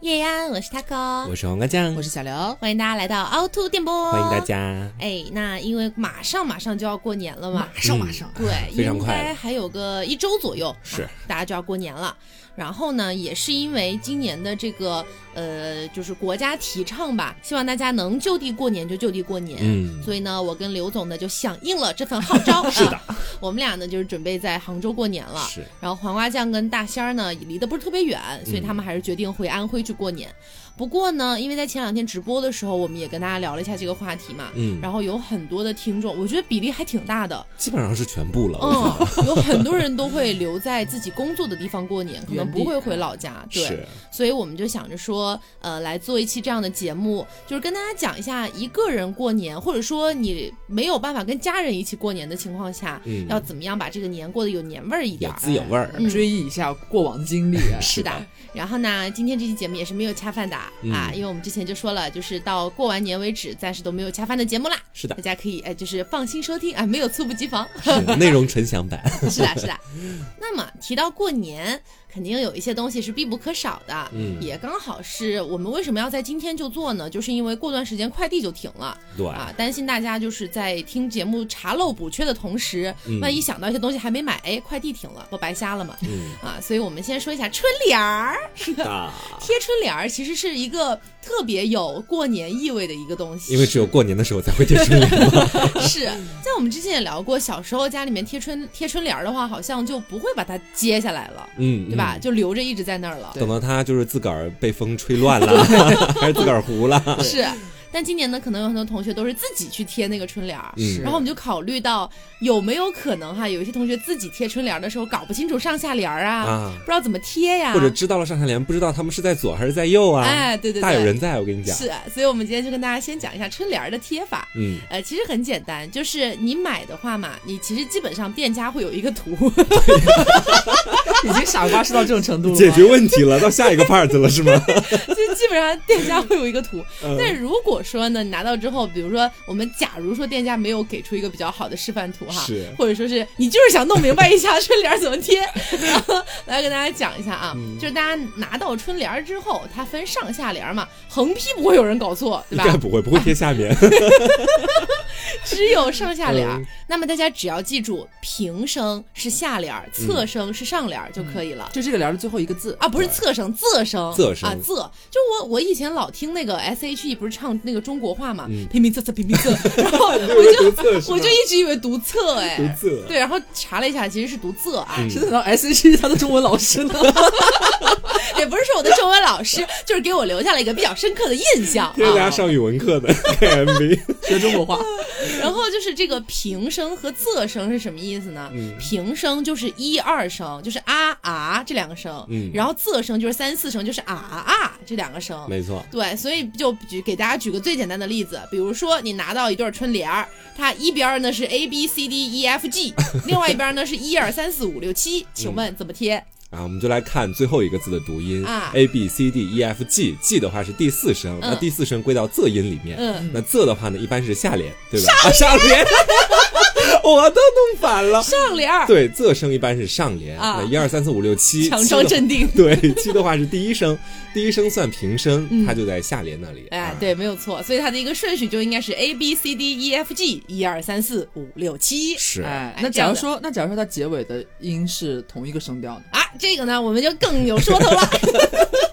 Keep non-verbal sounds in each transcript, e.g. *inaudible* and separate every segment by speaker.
Speaker 1: 夜安，我是 taco，
Speaker 2: 我是黄瓜酱
Speaker 3: 我，是小刘，
Speaker 1: 欢迎大家来到凹凸电波，
Speaker 2: 欢迎大。家。
Speaker 1: 哎，那因为马上马上就要过年了嘛，
Speaker 2: 嗯
Speaker 3: 上马上，
Speaker 1: 对，
Speaker 2: *laughs* 非常
Speaker 1: 应
Speaker 2: 快了
Speaker 1: 该还有个一周左右，啊
Speaker 2: 是
Speaker 1: 大家就要过年了。然后呢，也是因为今年的这个呃，就是国家提倡吧，希望大家能就地过年就就地过年。
Speaker 2: 嗯
Speaker 1: 所以呢，我跟刘总呢就响应了这份号
Speaker 2: *laughs*
Speaker 1: 召。是的、我们俩呢就是准备在杭州过年了。
Speaker 2: 是，
Speaker 1: 然后黄瓜酱跟大仙儿呢离得不是特别远，所以他们还是决定回安徽去过年。不过呢，因为在前两天直播的时候，我们也跟大家聊了一下这个话题嘛，
Speaker 2: 嗯，
Speaker 1: 然后有很多的听众，我觉得比例还挺大的，
Speaker 2: 基本上是全部了。
Speaker 1: 嗯，有很多人都会留在自己工作的地方过年，可能
Speaker 3: 原地
Speaker 1: 不会回老家，对，
Speaker 2: *laughs* 是，
Speaker 1: 所以我们就想着说，呃，来做一期这样的节目，就是跟大家讲一下一个人过年，或者说你没有办法跟家人一起过年的情况下，
Speaker 2: 嗯，
Speaker 1: 要怎么样把这个年过得有年味儿一点
Speaker 2: 有
Speaker 1: 儿。
Speaker 2: 滋有味儿。
Speaker 1: *laughs* 嗯
Speaker 3: 追忆一下过往经历。啊
Speaker 2: *laughs*
Speaker 1: 是的，然后呢，今天这期节目也是没有恰饭的啊、
Speaker 2: 嗯
Speaker 1: 啊，因为我们之前就说了，就是到过完年为止，暂时都没有恰饭的节目
Speaker 2: *laughs*
Speaker 1: 啦，
Speaker 2: 是的
Speaker 1: 大，家可以哎，就是放心收听啊，没有猝不及
Speaker 2: *laughs*
Speaker 1: 防。
Speaker 2: 是嗯的内容纯
Speaker 1: *laughs*
Speaker 2: 享版。
Speaker 1: 是的，是的。那么提到过年，肯定有一些东西是必不可少的，
Speaker 2: 嗯
Speaker 1: 也刚好是我们为什么要在今天就做呢？就是因为过段时间快递就停了
Speaker 2: 对，
Speaker 1: 啊，担心大家就是在听节目查漏补缺的同时，
Speaker 2: 嗯
Speaker 1: 万一想到一些东西还没买，哎，快递停了，不白瞎了吗？
Speaker 2: 嗯
Speaker 1: 啊，所以我们先说一下春联儿。
Speaker 2: 啊，
Speaker 1: 贴春联儿其实是一个特别有过年意味的一个东西，*laughs*
Speaker 2: 因为只有过年的时候才会贴春联嘛。
Speaker 1: 是在我们之前也聊过，小时候家里面贴春贴春联儿的话，好像就不会把它揭下来了，
Speaker 2: 嗯，
Speaker 1: 对吧？
Speaker 2: 嗯？
Speaker 1: 就留着一直在那儿了。
Speaker 2: 等到它就是自个儿被风吹
Speaker 1: *laughs*
Speaker 2: 乱了，还是自个儿糊了。
Speaker 1: 是，但今年呢，可能有很多同学都是自己去贴那个春联儿。
Speaker 2: 嗯
Speaker 3: 是
Speaker 1: 然后我们就考虑到有没有可能哈，有一些同学自己贴春联儿的时候搞不清楚上下联儿啊，
Speaker 2: 啊
Speaker 1: 不知道怎么贴呀、
Speaker 2: 或者知道了上下联，不知道他们是在左还是在右啊？
Speaker 1: 哎，对对对，
Speaker 2: 大有人在，我跟你讲。
Speaker 1: 是，所以我们今天就跟大家先讲一下春联儿的贴法。
Speaker 2: 嗯，
Speaker 1: 呃，其实很简单，就是你买的话嘛，你其实基本上店家会有一个图， *laughs*
Speaker 3: 已经傻瓜是到这种
Speaker 1: 嗯
Speaker 3: 程度了吗，
Speaker 2: 解决问题了，到下一个 part 了
Speaker 1: *laughs*
Speaker 2: 是吗？
Speaker 1: 就基本上店家会有一个图。
Speaker 2: 嗯
Speaker 1: 但如果说呢，你拿到之后，比如说我们假如说店家没有给出一个比较好的示范图哈
Speaker 2: 是，
Speaker 1: 或者说是你就是想弄明白一下春联儿怎么贴， *laughs* 然后来跟大家讲一下啊，
Speaker 2: 嗯
Speaker 1: 就是大家拿到春联儿之后，它分上下联儿嘛，横批不会有人搞错，对
Speaker 2: 应
Speaker 1: 吧？哎
Speaker 2: 该不会，不会贴下面。 *laughs*
Speaker 1: 只有上下联儿。
Speaker 2: 嗯
Speaker 1: 那么大家只要记住，平声是下联儿，
Speaker 2: 嗯
Speaker 1: 侧声是上联儿就可以了。
Speaker 3: 就这个聊的最后一个字，
Speaker 1: 啊，不是侧声，仄声，
Speaker 2: 仄声
Speaker 1: 啊，仄。就我我以前老听那个 S H E 不是唱那个中国话嘛
Speaker 2: 嗯，
Speaker 1: 平平仄仄平平
Speaker 2: *laughs*
Speaker 1: 仄，然后
Speaker 2: 我
Speaker 1: 我就
Speaker 2: 就
Speaker 1: 我就一直以为读仄哎，
Speaker 2: 独自
Speaker 1: 对，然后查了一下，其实是读仄啊，
Speaker 2: 嗯
Speaker 3: 是等到 S H E 他的中文老
Speaker 2: *laughs*
Speaker 3: 师了，
Speaker 1: 也不是说我的中文老师， *laughs* 就是给我留下了一个比较深刻的印象
Speaker 2: 贴大
Speaker 1: 啊。
Speaker 2: 家上语文课的看 MV，
Speaker 3: 学中国话，
Speaker 1: 然后就是这个平声和仄声是什么意思呢？
Speaker 2: 嗯
Speaker 1: 平声就是一二声，就是啊啊这两个声，
Speaker 2: 嗯
Speaker 1: 然后仄声就是三四声，就是啊啊这两个声。
Speaker 2: *laughs* 没错，
Speaker 1: 对，所以就举给大家举个最简单的例子，比如说你拿到一对儿春联儿，它一边儿呢是 A B C D E F
Speaker 2: *laughs*
Speaker 1: G，另外一边儿呢是一二三四五六七，
Speaker 2: 嗯
Speaker 1: 请问怎么贴？
Speaker 2: 啊，我们就来看最后一个字的读音
Speaker 1: 啊
Speaker 2: ，a b c d e f g，g 的话是第四声，
Speaker 1: 嗯
Speaker 2: 那第四声归到仄音里面，
Speaker 1: 嗯，
Speaker 2: 那仄的话呢，一般是下联，对吧？啊，上联， *laughs* 我都弄反了。
Speaker 1: 上联儿，
Speaker 2: 对，仄声一般是上联，
Speaker 1: 啊
Speaker 2: 那一二三四五六七，
Speaker 1: 强装镇定。
Speaker 2: 七的话。 *laughs* 对，七的话是第一声，第一声算平声，它就在下联那里。
Speaker 1: 嗯哎
Speaker 2: 啊，，
Speaker 1: 对，没有错，所以它的一个顺序就应该是 A B C D E F G 一二三四五六七
Speaker 2: 是，
Speaker 3: 哎
Speaker 1: 哎，
Speaker 3: 那假如
Speaker 1: 这
Speaker 3: 说，那假如说它结尾的音是同一个声调呢？
Speaker 1: 啊，这个呢我们就更有说头了。 *laughs*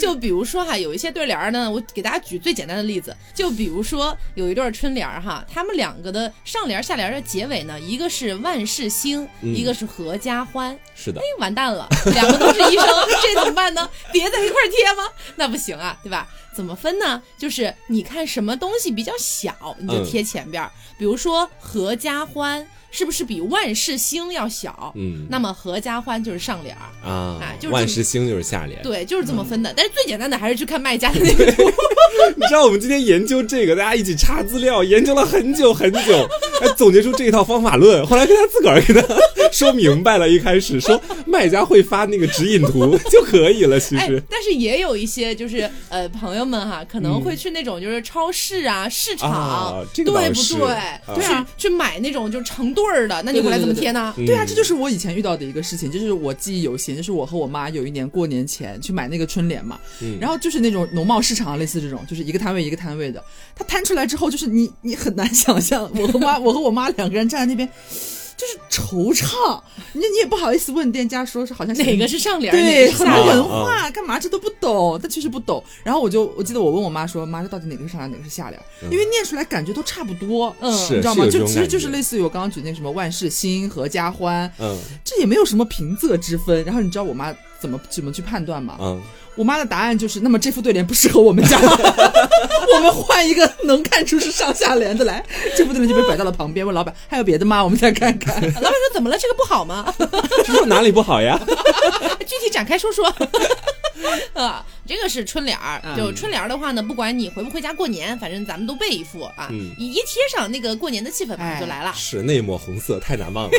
Speaker 1: 就比如说哈，有一些对联儿呢，我给大家举最简单的例子，就比如说有一对儿春联儿哈，他们两个的上联儿下联儿的结尾呢，一个是万事兴，
Speaker 2: 嗯
Speaker 1: 一个是合家欢，哎，
Speaker 2: 是的，
Speaker 1: 完蛋了，两个都是医生，这怎么办呢？叠在一块儿贴吗？那不行啊，对吧？怎么分呢？就是你看什么东西比较小，你就贴前边儿，比如说合家欢，是不是比万事兴要小？
Speaker 2: 嗯，
Speaker 1: 那么合家欢就是上联儿，
Speaker 2: 啊
Speaker 1: 哎，就是
Speaker 2: 万
Speaker 1: 这么
Speaker 2: 事兴就是下联。
Speaker 1: 对，就是这么分的。但是最简单的还是去看卖家的那个图，
Speaker 2: 你知道我们今天研究这个，大家一起查资料，研究了很久很久，哎，总结出这一套方法论。后来跟他自个儿给他说明白了，一开始说卖家会发那个指引图就可以了，其
Speaker 1: 哎
Speaker 2: 实，
Speaker 1: 但是也有一些就是呃朋友们哈，可能会去那种就是超市啊、市场，
Speaker 2: 啊这个
Speaker 1: 对
Speaker 2: 倒
Speaker 1: 不
Speaker 2: 是
Speaker 1: 对？
Speaker 2: 啊
Speaker 1: 去去买那种就成对儿的，那你
Speaker 3: 对对
Speaker 1: 回来
Speaker 3: 对
Speaker 1: 怎么
Speaker 3: 对
Speaker 1: 贴呢？
Speaker 2: 嗯
Speaker 3: 对啊，这就是我以前遇到的一个事情，就是我记忆犹新，就是我和我妈有一年过年前去买那个春联嘛，
Speaker 2: 嗯
Speaker 3: 然后就是那种农贸市场啊类似这种，就是一个摊位一个摊位的，它摊出来之后，就是你你很难想象，我和妈我和我妈两个人站在那边，就是惆怅，你你也不好意思问店家说是好像
Speaker 1: 哪个是上 *laughs* 联儿，哪
Speaker 3: 对，
Speaker 1: 个哦是
Speaker 3: 很
Speaker 1: 下
Speaker 3: 多
Speaker 1: 联儿？
Speaker 3: 文化，干嘛这都不懂，但确实不懂。然后我就我记得我问我妈说，妈，这到底哪个是上联，哪个是下联？
Speaker 2: 嗯
Speaker 3: 因为念出来感觉都差不多，
Speaker 1: 嗯
Speaker 2: 是
Speaker 3: 你知道吗？
Speaker 2: 有这
Speaker 3: 就
Speaker 2: 种
Speaker 3: 其实就
Speaker 2: 感
Speaker 3: 是
Speaker 2: 觉
Speaker 3: 类似于我刚刚举那个什么万事兴、合家欢，
Speaker 2: 嗯
Speaker 3: 这也没有什么平仄之分。然后你知道我妈怎么怎么去判断吗？
Speaker 2: 嗯，
Speaker 3: 我妈的答案就是，那么这副对联不适合我们 *laughs* 家，我们换一个能看出是上下联的来。这副对联就被摆到了旁边，问老板还有别的吗？我们再看看。
Speaker 1: 老板说怎么了？这个不好吗？ *laughs*
Speaker 2: 这说哪里不好呀？
Speaker 1: 具体展开说说。啊，这个是春联儿，
Speaker 3: 嗯
Speaker 1: 就春联儿的话呢，不管你回不回家过年，反正咱们都备一副啊，
Speaker 2: 嗯
Speaker 1: 一一贴上那个过年的气氛嘛
Speaker 3: 哎
Speaker 1: 就来了。
Speaker 2: 是那一抹红色太难忘了。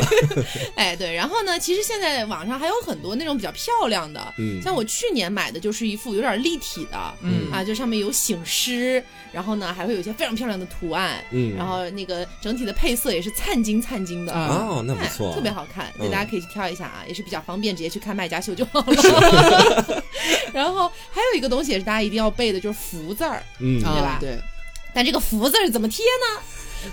Speaker 1: 哎，对，然后呢，其实现在网上还有很多那种比较漂亮的，
Speaker 2: 嗯
Speaker 1: 像我去年买的就是一副有点立体的，
Speaker 3: 嗯
Speaker 1: 啊，就上面有醒狮，然后呢还会有一些非常漂亮的图案，
Speaker 2: 嗯
Speaker 1: 然后那个整体的配色也是灿金灿金的。
Speaker 3: 啊
Speaker 2: 哦，那不
Speaker 1: 哎
Speaker 2: 错，
Speaker 1: 特别好看，所以
Speaker 2: 嗯
Speaker 1: 大家可以去挑一下啊，也是比较方便，直接去看卖家秀就好了。然后还有一个东西也是大家一定要背的，就是福字儿。
Speaker 2: 嗯，
Speaker 1: 啊吧
Speaker 3: 对，
Speaker 1: 但这个福字儿怎么贴呢？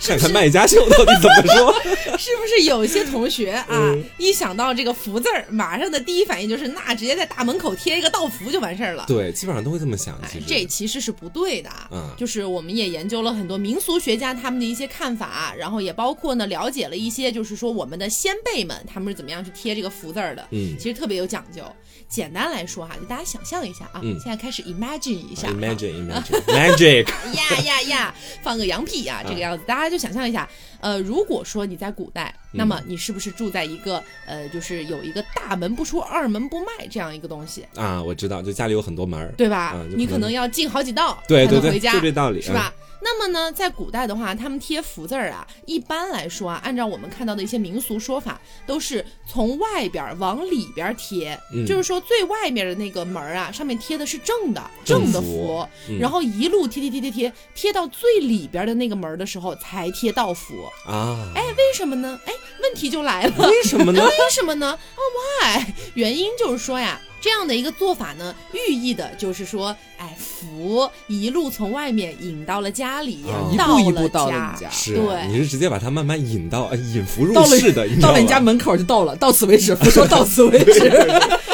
Speaker 2: 看看卖家秀到底怎么说。
Speaker 1: 是不是有些同学啊，
Speaker 2: 嗯
Speaker 1: 一想到这个福字儿，马上的第一反应就是那直接在大门口贴一个道福就完事儿了？
Speaker 2: 对，基本上都会这么想。
Speaker 1: 哎
Speaker 2: 其，实
Speaker 1: 这其实是不对的啊。
Speaker 2: 嗯
Speaker 1: 就是我们也研究了很多民俗学家他们的一些看法，然后也包括呢了解了一些，就是说我们的先辈们他们是怎么样去贴这个福字儿的。
Speaker 2: 嗯
Speaker 1: 其实特别有讲究。简单来说哈，就大家想象一下啊，
Speaker 2: 嗯
Speaker 1: 现在开始 imagine 一下、啊、
Speaker 2: ，imagine imagine magic，
Speaker 1: 呀呀呀，放个羊屁呀、这个样子，大家就想象一下，呃，如果说你在古代，那
Speaker 2: 嗯
Speaker 1: 么你是不是住在一个呃，就是有一个大门不出二门不迈这样一个东西，
Speaker 2: 啊，我知道，就家里有很多门儿。
Speaker 1: 对吧？
Speaker 2: 嗯就可能
Speaker 1: 你可能要进好几道
Speaker 2: 对
Speaker 1: 才
Speaker 2: 对
Speaker 1: 能回
Speaker 2: 对，
Speaker 1: 家，
Speaker 2: 就这啊道理，
Speaker 1: 是吧？那么呢，在古代的话，他们贴福字儿啊，一般来说啊，按照我们看到的一些民俗说法，都是从外边儿往里边儿贴，
Speaker 2: 嗯
Speaker 1: 就是说最外面的那个门儿啊，上面贴的是正的
Speaker 2: 正
Speaker 1: 正的
Speaker 2: 福
Speaker 1: 福，
Speaker 2: 嗯
Speaker 1: 然后一路贴贴贴贴贴，贴到最里边儿的那个门儿的时候才贴道福。
Speaker 2: 嗯？啊，
Speaker 1: 哎，为什么呢？哎，问题就来了，
Speaker 2: 为什么呢？
Speaker 1: 为什么呢？Oh my！原因就是说呀，这样的一个做法呢，寓意的就是说，哎，福一路从外面引到了家里，
Speaker 2: 哦
Speaker 3: 一
Speaker 1: 到
Speaker 3: 步一步到了
Speaker 1: 家。
Speaker 3: 你家。
Speaker 2: 是，
Speaker 1: 对
Speaker 2: 你是直接把它慢慢引到呃引福入
Speaker 3: 嗯到了
Speaker 2: 室
Speaker 1: *laughs*
Speaker 2: 的，知道
Speaker 3: 到
Speaker 2: 吧
Speaker 3: 了你家，门口就到了，到此为止，不说到此为止。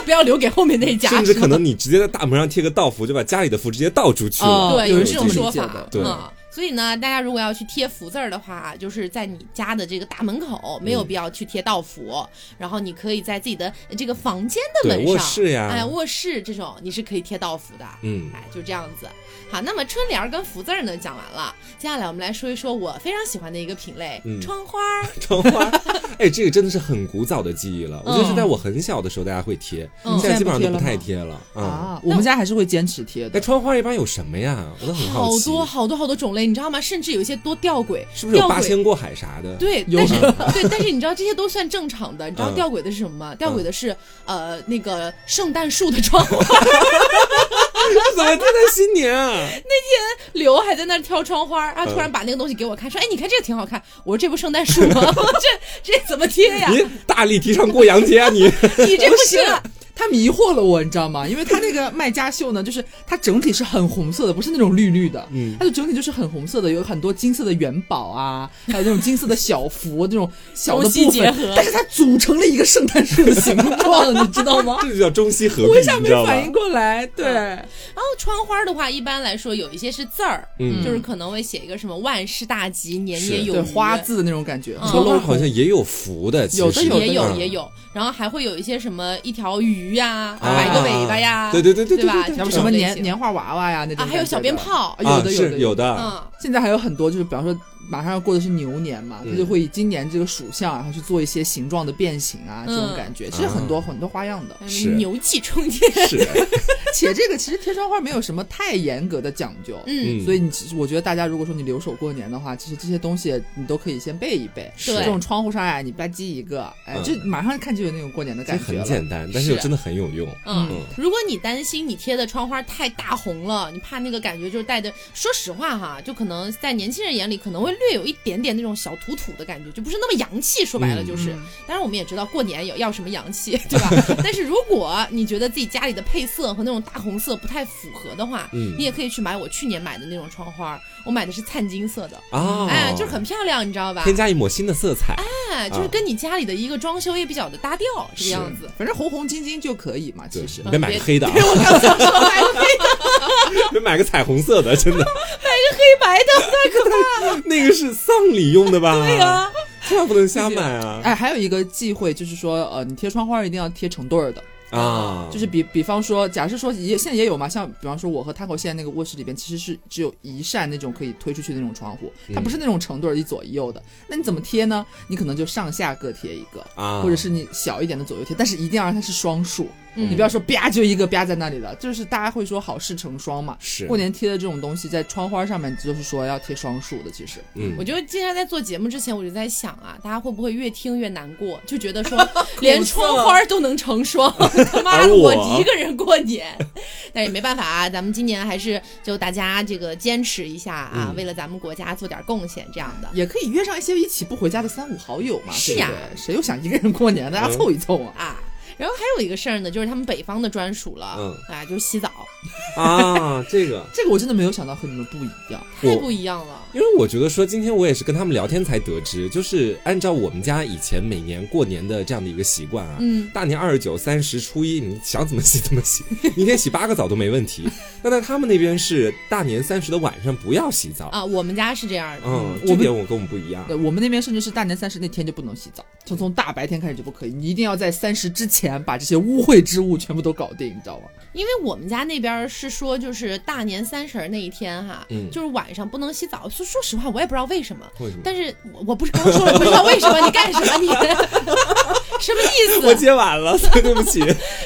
Speaker 1: 不要留给后面那一家，
Speaker 2: 甚至
Speaker 1: 是
Speaker 2: 可
Speaker 1: 吗
Speaker 2: 能你直接在大门上贴个道福，就把家里的福直接倒出去
Speaker 3: 哦
Speaker 2: 了。
Speaker 1: 对，有
Speaker 3: 有
Speaker 1: 这
Speaker 3: 这
Speaker 1: 种
Speaker 3: 么
Speaker 1: 说
Speaker 3: 理解
Speaker 1: 法
Speaker 3: 的，
Speaker 2: 对
Speaker 1: 嗯。所以呢，大家如果要去贴福字儿的话，就是在你家的这个大门口，没有必要去贴道符，然后你可以在自己的呃这个房间的
Speaker 2: 对
Speaker 1: 门上，
Speaker 2: 卧室呀
Speaker 1: 哎，卧室这种你是可以贴道符的，
Speaker 2: 嗯
Speaker 1: 哎，就这样子。好，那么春联儿跟福字儿呢讲完了，接下来我们来说一说我非常喜欢的一个品类——
Speaker 2: 嗯
Speaker 1: 窗花儿。
Speaker 2: 窗花， *laughs* 哎，这个真的是很古早的记忆了。我觉得是在我很小的时候，大家会贴，
Speaker 1: 嗯
Speaker 2: 现在基本上都不太
Speaker 3: 现在不
Speaker 2: 贴了啊。
Speaker 3: 啊， *laughs* 我们家还是会坚持贴
Speaker 2: 那
Speaker 3: 的。
Speaker 2: 窗花一般有什么呀？我都很
Speaker 1: 好
Speaker 2: 奇，
Speaker 1: 多好多好多种类，你知道吗？甚至有一些多吊诡，
Speaker 2: 是不是有
Speaker 1: 吊
Speaker 2: 八
Speaker 1: 诡
Speaker 2: 仙过海啥的？
Speaker 1: 对，
Speaker 3: 有
Speaker 1: 但是
Speaker 3: 的
Speaker 1: 对，但是你知道这些都算正常的。你知道
Speaker 2: 嗯
Speaker 1: 吊诡的是什么吗？吊
Speaker 2: 嗯
Speaker 1: 诡的是呃那个圣诞树的窗花，
Speaker 2: 这怎么贴在新
Speaker 1: *laughs*
Speaker 2: 年啊？
Speaker 1: 刘还在那儿挑窗花，然后突然把那个东西给我看，说：“哎，你看这个挺好看。”我说：“这不圣诞树吗？这这怎么贴呀？
Speaker 2: 你大力提倡过洋节啊你！ *laughs*
Speaker 1: 你这不行啊。
Speaker 3: 他迷惑了我，你知道吗？因为他那个卖家秀呢，就是它整体是很红色的，不是那种绿绿的，
Speaker 2: 嗯
Speaker 3: 它的整体就是很红色的，有很多金色的元宝啊， *laughs* 还有那种金色的小福，这种小的
Speaker 1: 中西
Speaker 3: 部
Speaker 1: 结
Speaker 3: 分
Speaker 1: 合，
Speaker 3: 但是它组成了一个圣诞树的形状，你知
Speaker 2: *laughs*
Speaker 3: 道吗？
Speaker 2: 这就叫中西合
Speaker 3: 我一下
Speaker 2: 璧，你
Speaker 3: 没
Speaker 2: 知道
Speaker 3: 反
Speaker 2: 吗
Speaker 3: 应？过来，对，
Speaker 1: 然后窗花的话，一般来说有一些是字儿，
Speaker 2: 嗯
Speaker 1: 就是可能会写一个什么“万事大吉，年
Speaker 2: 是
Speaker 1: 年有
Speaker 3: 对
Speaker 1: 余”
Speaker 3: 花字的那种感觉，
Speaker 1: 嗯
Speaker 2: 窗
Speaker 3: 和
Speaker 2: 花
Speaker 3: logo
Speaker 2: 好像也有福的，其实
Speaker 3: 有的有的
Speaker 1: 也有
Speaker 2: 嗯
Speaker 1: 也有，然后还会有一些什么一条鱼呀、
Speaker 2: 啊
Speaker 1: 摆个尾巴呀，
Speaker 2: 对对对对
Speaker 1: 对吧？
Speaker 2: 对对对
Speaker 1: 这
Speaker 3: 要不
Speaker 1: 种
Speaker 3: 什么
Speaker 1: 哦类
Speaker 3: 年
Speaker 1: 型
Speaker 3: 年画娃娃呀那
Speaker 1: 啊，
Speaker 3: 种感觉的，
Speaker 1: 还有小鞭炮，
Speaker 3: 啊，有
Speaker 2: 啊
Speaker 3: 的有的
Speaker 2: 是有的，
Speaker 1: 嗯。
Speaker 3: 现在还有很多，就是比方说马上要过的是牛年嘛，
Speaker 2: 嗯
Speaker 3: 他就会以今年这个属相，啊然后去做一些形状的变形啊，
Speaker 1: 嗯
Speaker 3: 这种感觉，其实很多、
Speaker 2: 啊
Speaker 3: 很多花样的。
Speaker 2: 是
Speaker 1: 牛气冲天。
Speaker 2: *laughs*
Speaker 3: 嗯 *laughs*
Speaker 2: 是，
Speaker 3: 且这个其实贴窗花没有什么太严格的讲究，
Speaker 1: 嗯，
Speaker 2: 嗯，
Speaker 3: 所以你其实我觉得大家如果说你留守过年的话，其实这些东西你都可以先备一备。
Speaker 2: 是
Speaker 3: 这种窗户上呀，你吧唧一个，哎，
Speaker 2: 嗯
Speaker 3: 就马上看就有那种过年的
Speaker 2: 这
Speaker 3: 感觉
Speaker 2: 很
Speaker 3: 了。
Speaker 2: 简单，但是又
Speaker 1: 是
Speaker 2: 真的很有用。
Speaker 1: 嗯，如果你担心你贴的窗花太大红了，你怕那个感觉就是带的，说实话哈，就可能在年轻人眼里可能会会略有一点点那种小土土的感觉，就不是那么洋气。说白了就是，
Speaker 3: 嗯
Speaker 1: 当然我们也知道过年有要什么洋气， *laughs* 对吧？但是如果你觉得自己家里的配色和那种大红色不太符合的话，
Speaker 2: 嗯
Speaker 1: 你也可以去买我去年买的那种窗花儿，我买的是灿金色的，
Speaker 2: 啊，
Speaker 1: 哎，就是很漂亮，你知道吧？
Speaker 2: 添加一抹新的色彩，
Speaker 1: 哎，就是跟你家里的一个装修也比较的搭调，这个样子。
Speaker 3: 反正红红金金就可以嘛，其实
Speaker 2: 你。别买个黑的啊， *laughs* 别买个彩虹色的，真的，
Speaker 1: 黑白的，太可怕
Speaker 2: 那个是丧礼用的吧？对
Speaker 1: 呀、
Speaker 2: 千万不能瞎买啊！
Speaker 3: 哎，还有一个忌讳就是说，呃，你贴窗花一定要贴成对儿的，
Speaker 2: 啊，
Speaker 3: 哎就是比比方说，假设说也现在也有嘛，像比方说我和 Taco 现在那个卧室里边，其实是只有一扇那种可以推出去的那种窗户，它不
Speaker 2: 嗯
Speaker 3: 是那种成对儿一左一右的。那你怎么贴呢？你可能就上下各贴一个，
Speaker 2: 啊，
Speaker 3: 或者是你小一点的左右贴，但是一定要让它是双数，
Speaker 1: 嗯
Speaker 3: 你不要说啪就一个啪在那里了，就是大家会说好事成双嘛。
Speaker 2: 是
Speaker 3: 过年贴的这种东西，在窗花上面就是说要贴双数的，其实
Speaker 2: 嗯
Speaker 1: 我，就经常在做节目之前，我就在想啊，大家会不会越听越难过，就觉
Speaker 2: *laughs*
Speaker 1: 得说连窗花都能成双，他妈
Speaker 2: 而
Speaker 1: 的
Speaker 2: 我
Speaker 1: 一个人过
Speaker 2: *laughs*
Speaker 1: 年，但也没办法啊，咱们今年还是就大家这个坚持一下啊，
Speaker 2: 嗯
Speaker 1: 为了咱们国家做点贡献这样的。
Speaker 3: 也可以约上一些一起不回家的三五好友嘛。
Speaker 1: 是
Speaker 3: 对
Speaker 1: 呀
Speaker 3: 不对谁又想一个人过年？大家
Speaker 2: 啊嗯
Speaker 3: 凑一凑啊。
Speaker 1: 啊。然后还有一个事儿呢，就是他们北方的专属了，
Speaker 2: 嗯
Speaker 1: 啊，就是洗澡，
Speaker 2: 啊，这个，
Speaker 3: 这个我真的没有想到和你们不一样。
Speaker 1: 太
Speaker 2: 我
Speaker 1: 不一样了。
Speaker 2: 因为我觉得说，今天我也是跟他们聊天才得知，就是按照我们家以前每年过年的这样的一个习惯啊，
Speaker 1: 嗯，
Speaker 2: 大年二十九、三十、初一，你想怎么洗怎么洗， *laughs* 你一天洗八个澡都没问题。那在他们那边是大年三十的晚上不要洗澡，
Speaker 1: 啊，我们家是这样的，
Speaker 2: 嗯，
Speaker 3: 我
Speaker 2: 这
Speaker 3: 们
Speaker 2: 点我跟我们不一样
Speaker 3: 对，呃我们那边甚至是大年三十那天就不能洗澡，从从大白天开始就不可以，你一定要在三十之前把这些污秽之物全部都搞定，你知道吗？
Speaker 1: 因为我们家那边儿是说，就是大年三十儿那一天哈，
Speaker 2: 嗯
Speaker 1: 就是晚上不能洗澡。说说实话，我也不知道为什么。
Speaker 2: 为什么
Speaker 1: 但是我我不是刚说了不知道为什么，你干什
Speaker 2: *laughs*
Speaker 1: 么你？什么
Speaker 2: 我
Speaker 3: 啊
Speaker 1: 意思？
Speaker 2: 接晚了， *laughs* 所以对
Speaker 3: *laughs*
Speaker 2: 不起。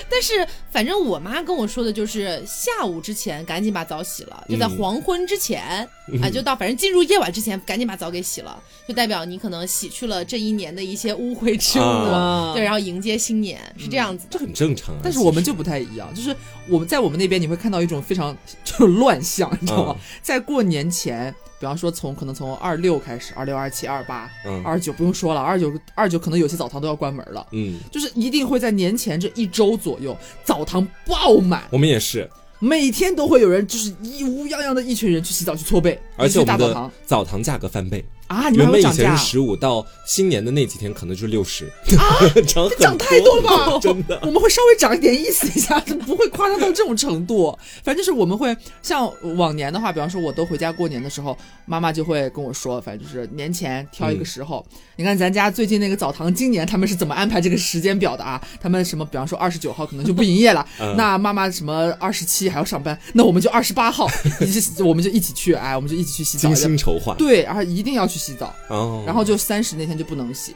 Speaker 1: 但是反正我妈跟我说的就是下午之前赶紧把澡洗了，就在
Speaker 2: 嗯
Speaker 1: 黄昏之前、啊，就到反正进入夜晚之前赶紧把澡给洗了，就代表你可能洗去了这一年的一些污秽之物，
Speaker 2: 啊
Speaker 1: 对，然后迎接新年是这样子的。
Speaker 2: 这很正常啊。
Speaker 3: 但是我们就不太一样，就是我们在我们那边你会看到一种非常就是乱象，你知道吗？
Speaker 2: 嗯
Speaker 3: 在过年前，比方说从可能从二六开始，二六、二七、二八、
Speaker 2: 嗯
Speaker 3: 二九不用说了，二九二九可能有些澡堂都要关门了，
Speaker 2: 嗯，
Speaker 3: 就是一定会在年前这一周左右，澡堂爆满。
Speaker 2: 我们也是，
Speaker 3: 每天都会有人就是一乌泱泱的一群人去洗澡去搓背，
Speaker 2: 而且
Speaker 3: 尤
Speaker 2: 我
Speaker 3: 其大
Speaker 2: 们
Speaker 3: 澡
Speaker 2: 的
Speaker 3: 堂
Speaker 2: 澡堂价格翻倍，
Speaker 3: 啊，你
Speaker 2: 原
Speaker 3: 们还
Speaker 2: 本
Speaker 3: 会
Speaker 2: 以
Speaker 3: 涨
Speaker 2: 前
Speaker 3: 价？
Speaker 2: 是十五，到新年的那几天可能就六十， *laughs* 涨很
Speaker 3: *laughs* 啊涨太多了
Speaker 2: *laughs*
Speaker 3: 吧
Speaker 2: 真的。
Speaker 3: *laughs* 我们会稍微涨一点意思一下，不会夸张到这种程度。反正就是我们会像往年的话，比方说我都回家过年的时候，妈妈就会跟我说，反正就是年前挑
Speaker 2: 嗯
Speaker 3: 一个时候。你看咱家最近那个澡堂，今年他们是怎么安排这个时间表的啊？他们什么，比方说二十九号可能就不营业了，
Speaker 2: 嗯
Speaker 3: *laughs* 那妈妈什么二十七还要上班，那我们就二十八号，一起我们就一起去，哎，我们就一起去洗澡
Speaker 2: 精。心筹划，
Speaker 3: 对，然后一定要去洗澡。
Speaker 2: 哦，
Speaker 3: 然后就三十那天就不能洗。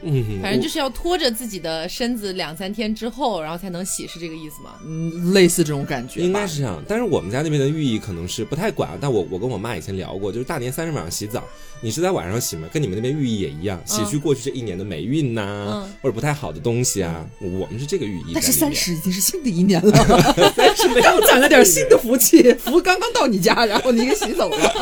Speaker 2: 嗯，
Speaker 1: 反正就是要拖着自己的身子两三天之后，然后才能洗，是这个意思吗？
Speaker 3: 嗯，类似这种感觉吧，
Speaker 2: 应该是这样，但是我们家那边的寓意可能是不太管啊。但我我跟我妈以前聊过，就是大年三十晚上洗澡，你是在晚上洗吗？跟你们那边寓意也一样，洗去过去这一年的霉运呐、
Speaker 1: 嗯
Speaker 2: 或者不太好的东西啊。我们是这个寓意在里面。
Speaker 3: 嗯但是三十已经是新的一年了，
Speaker 2: *laughs* 三十没
Speaker 3: 刚
Speaker 2: 有
Speaker 3: 攒了点新的福气，福刚刚到你家，然后你给洗走
Speaker 2: *laughs*
Speaker 3: 了。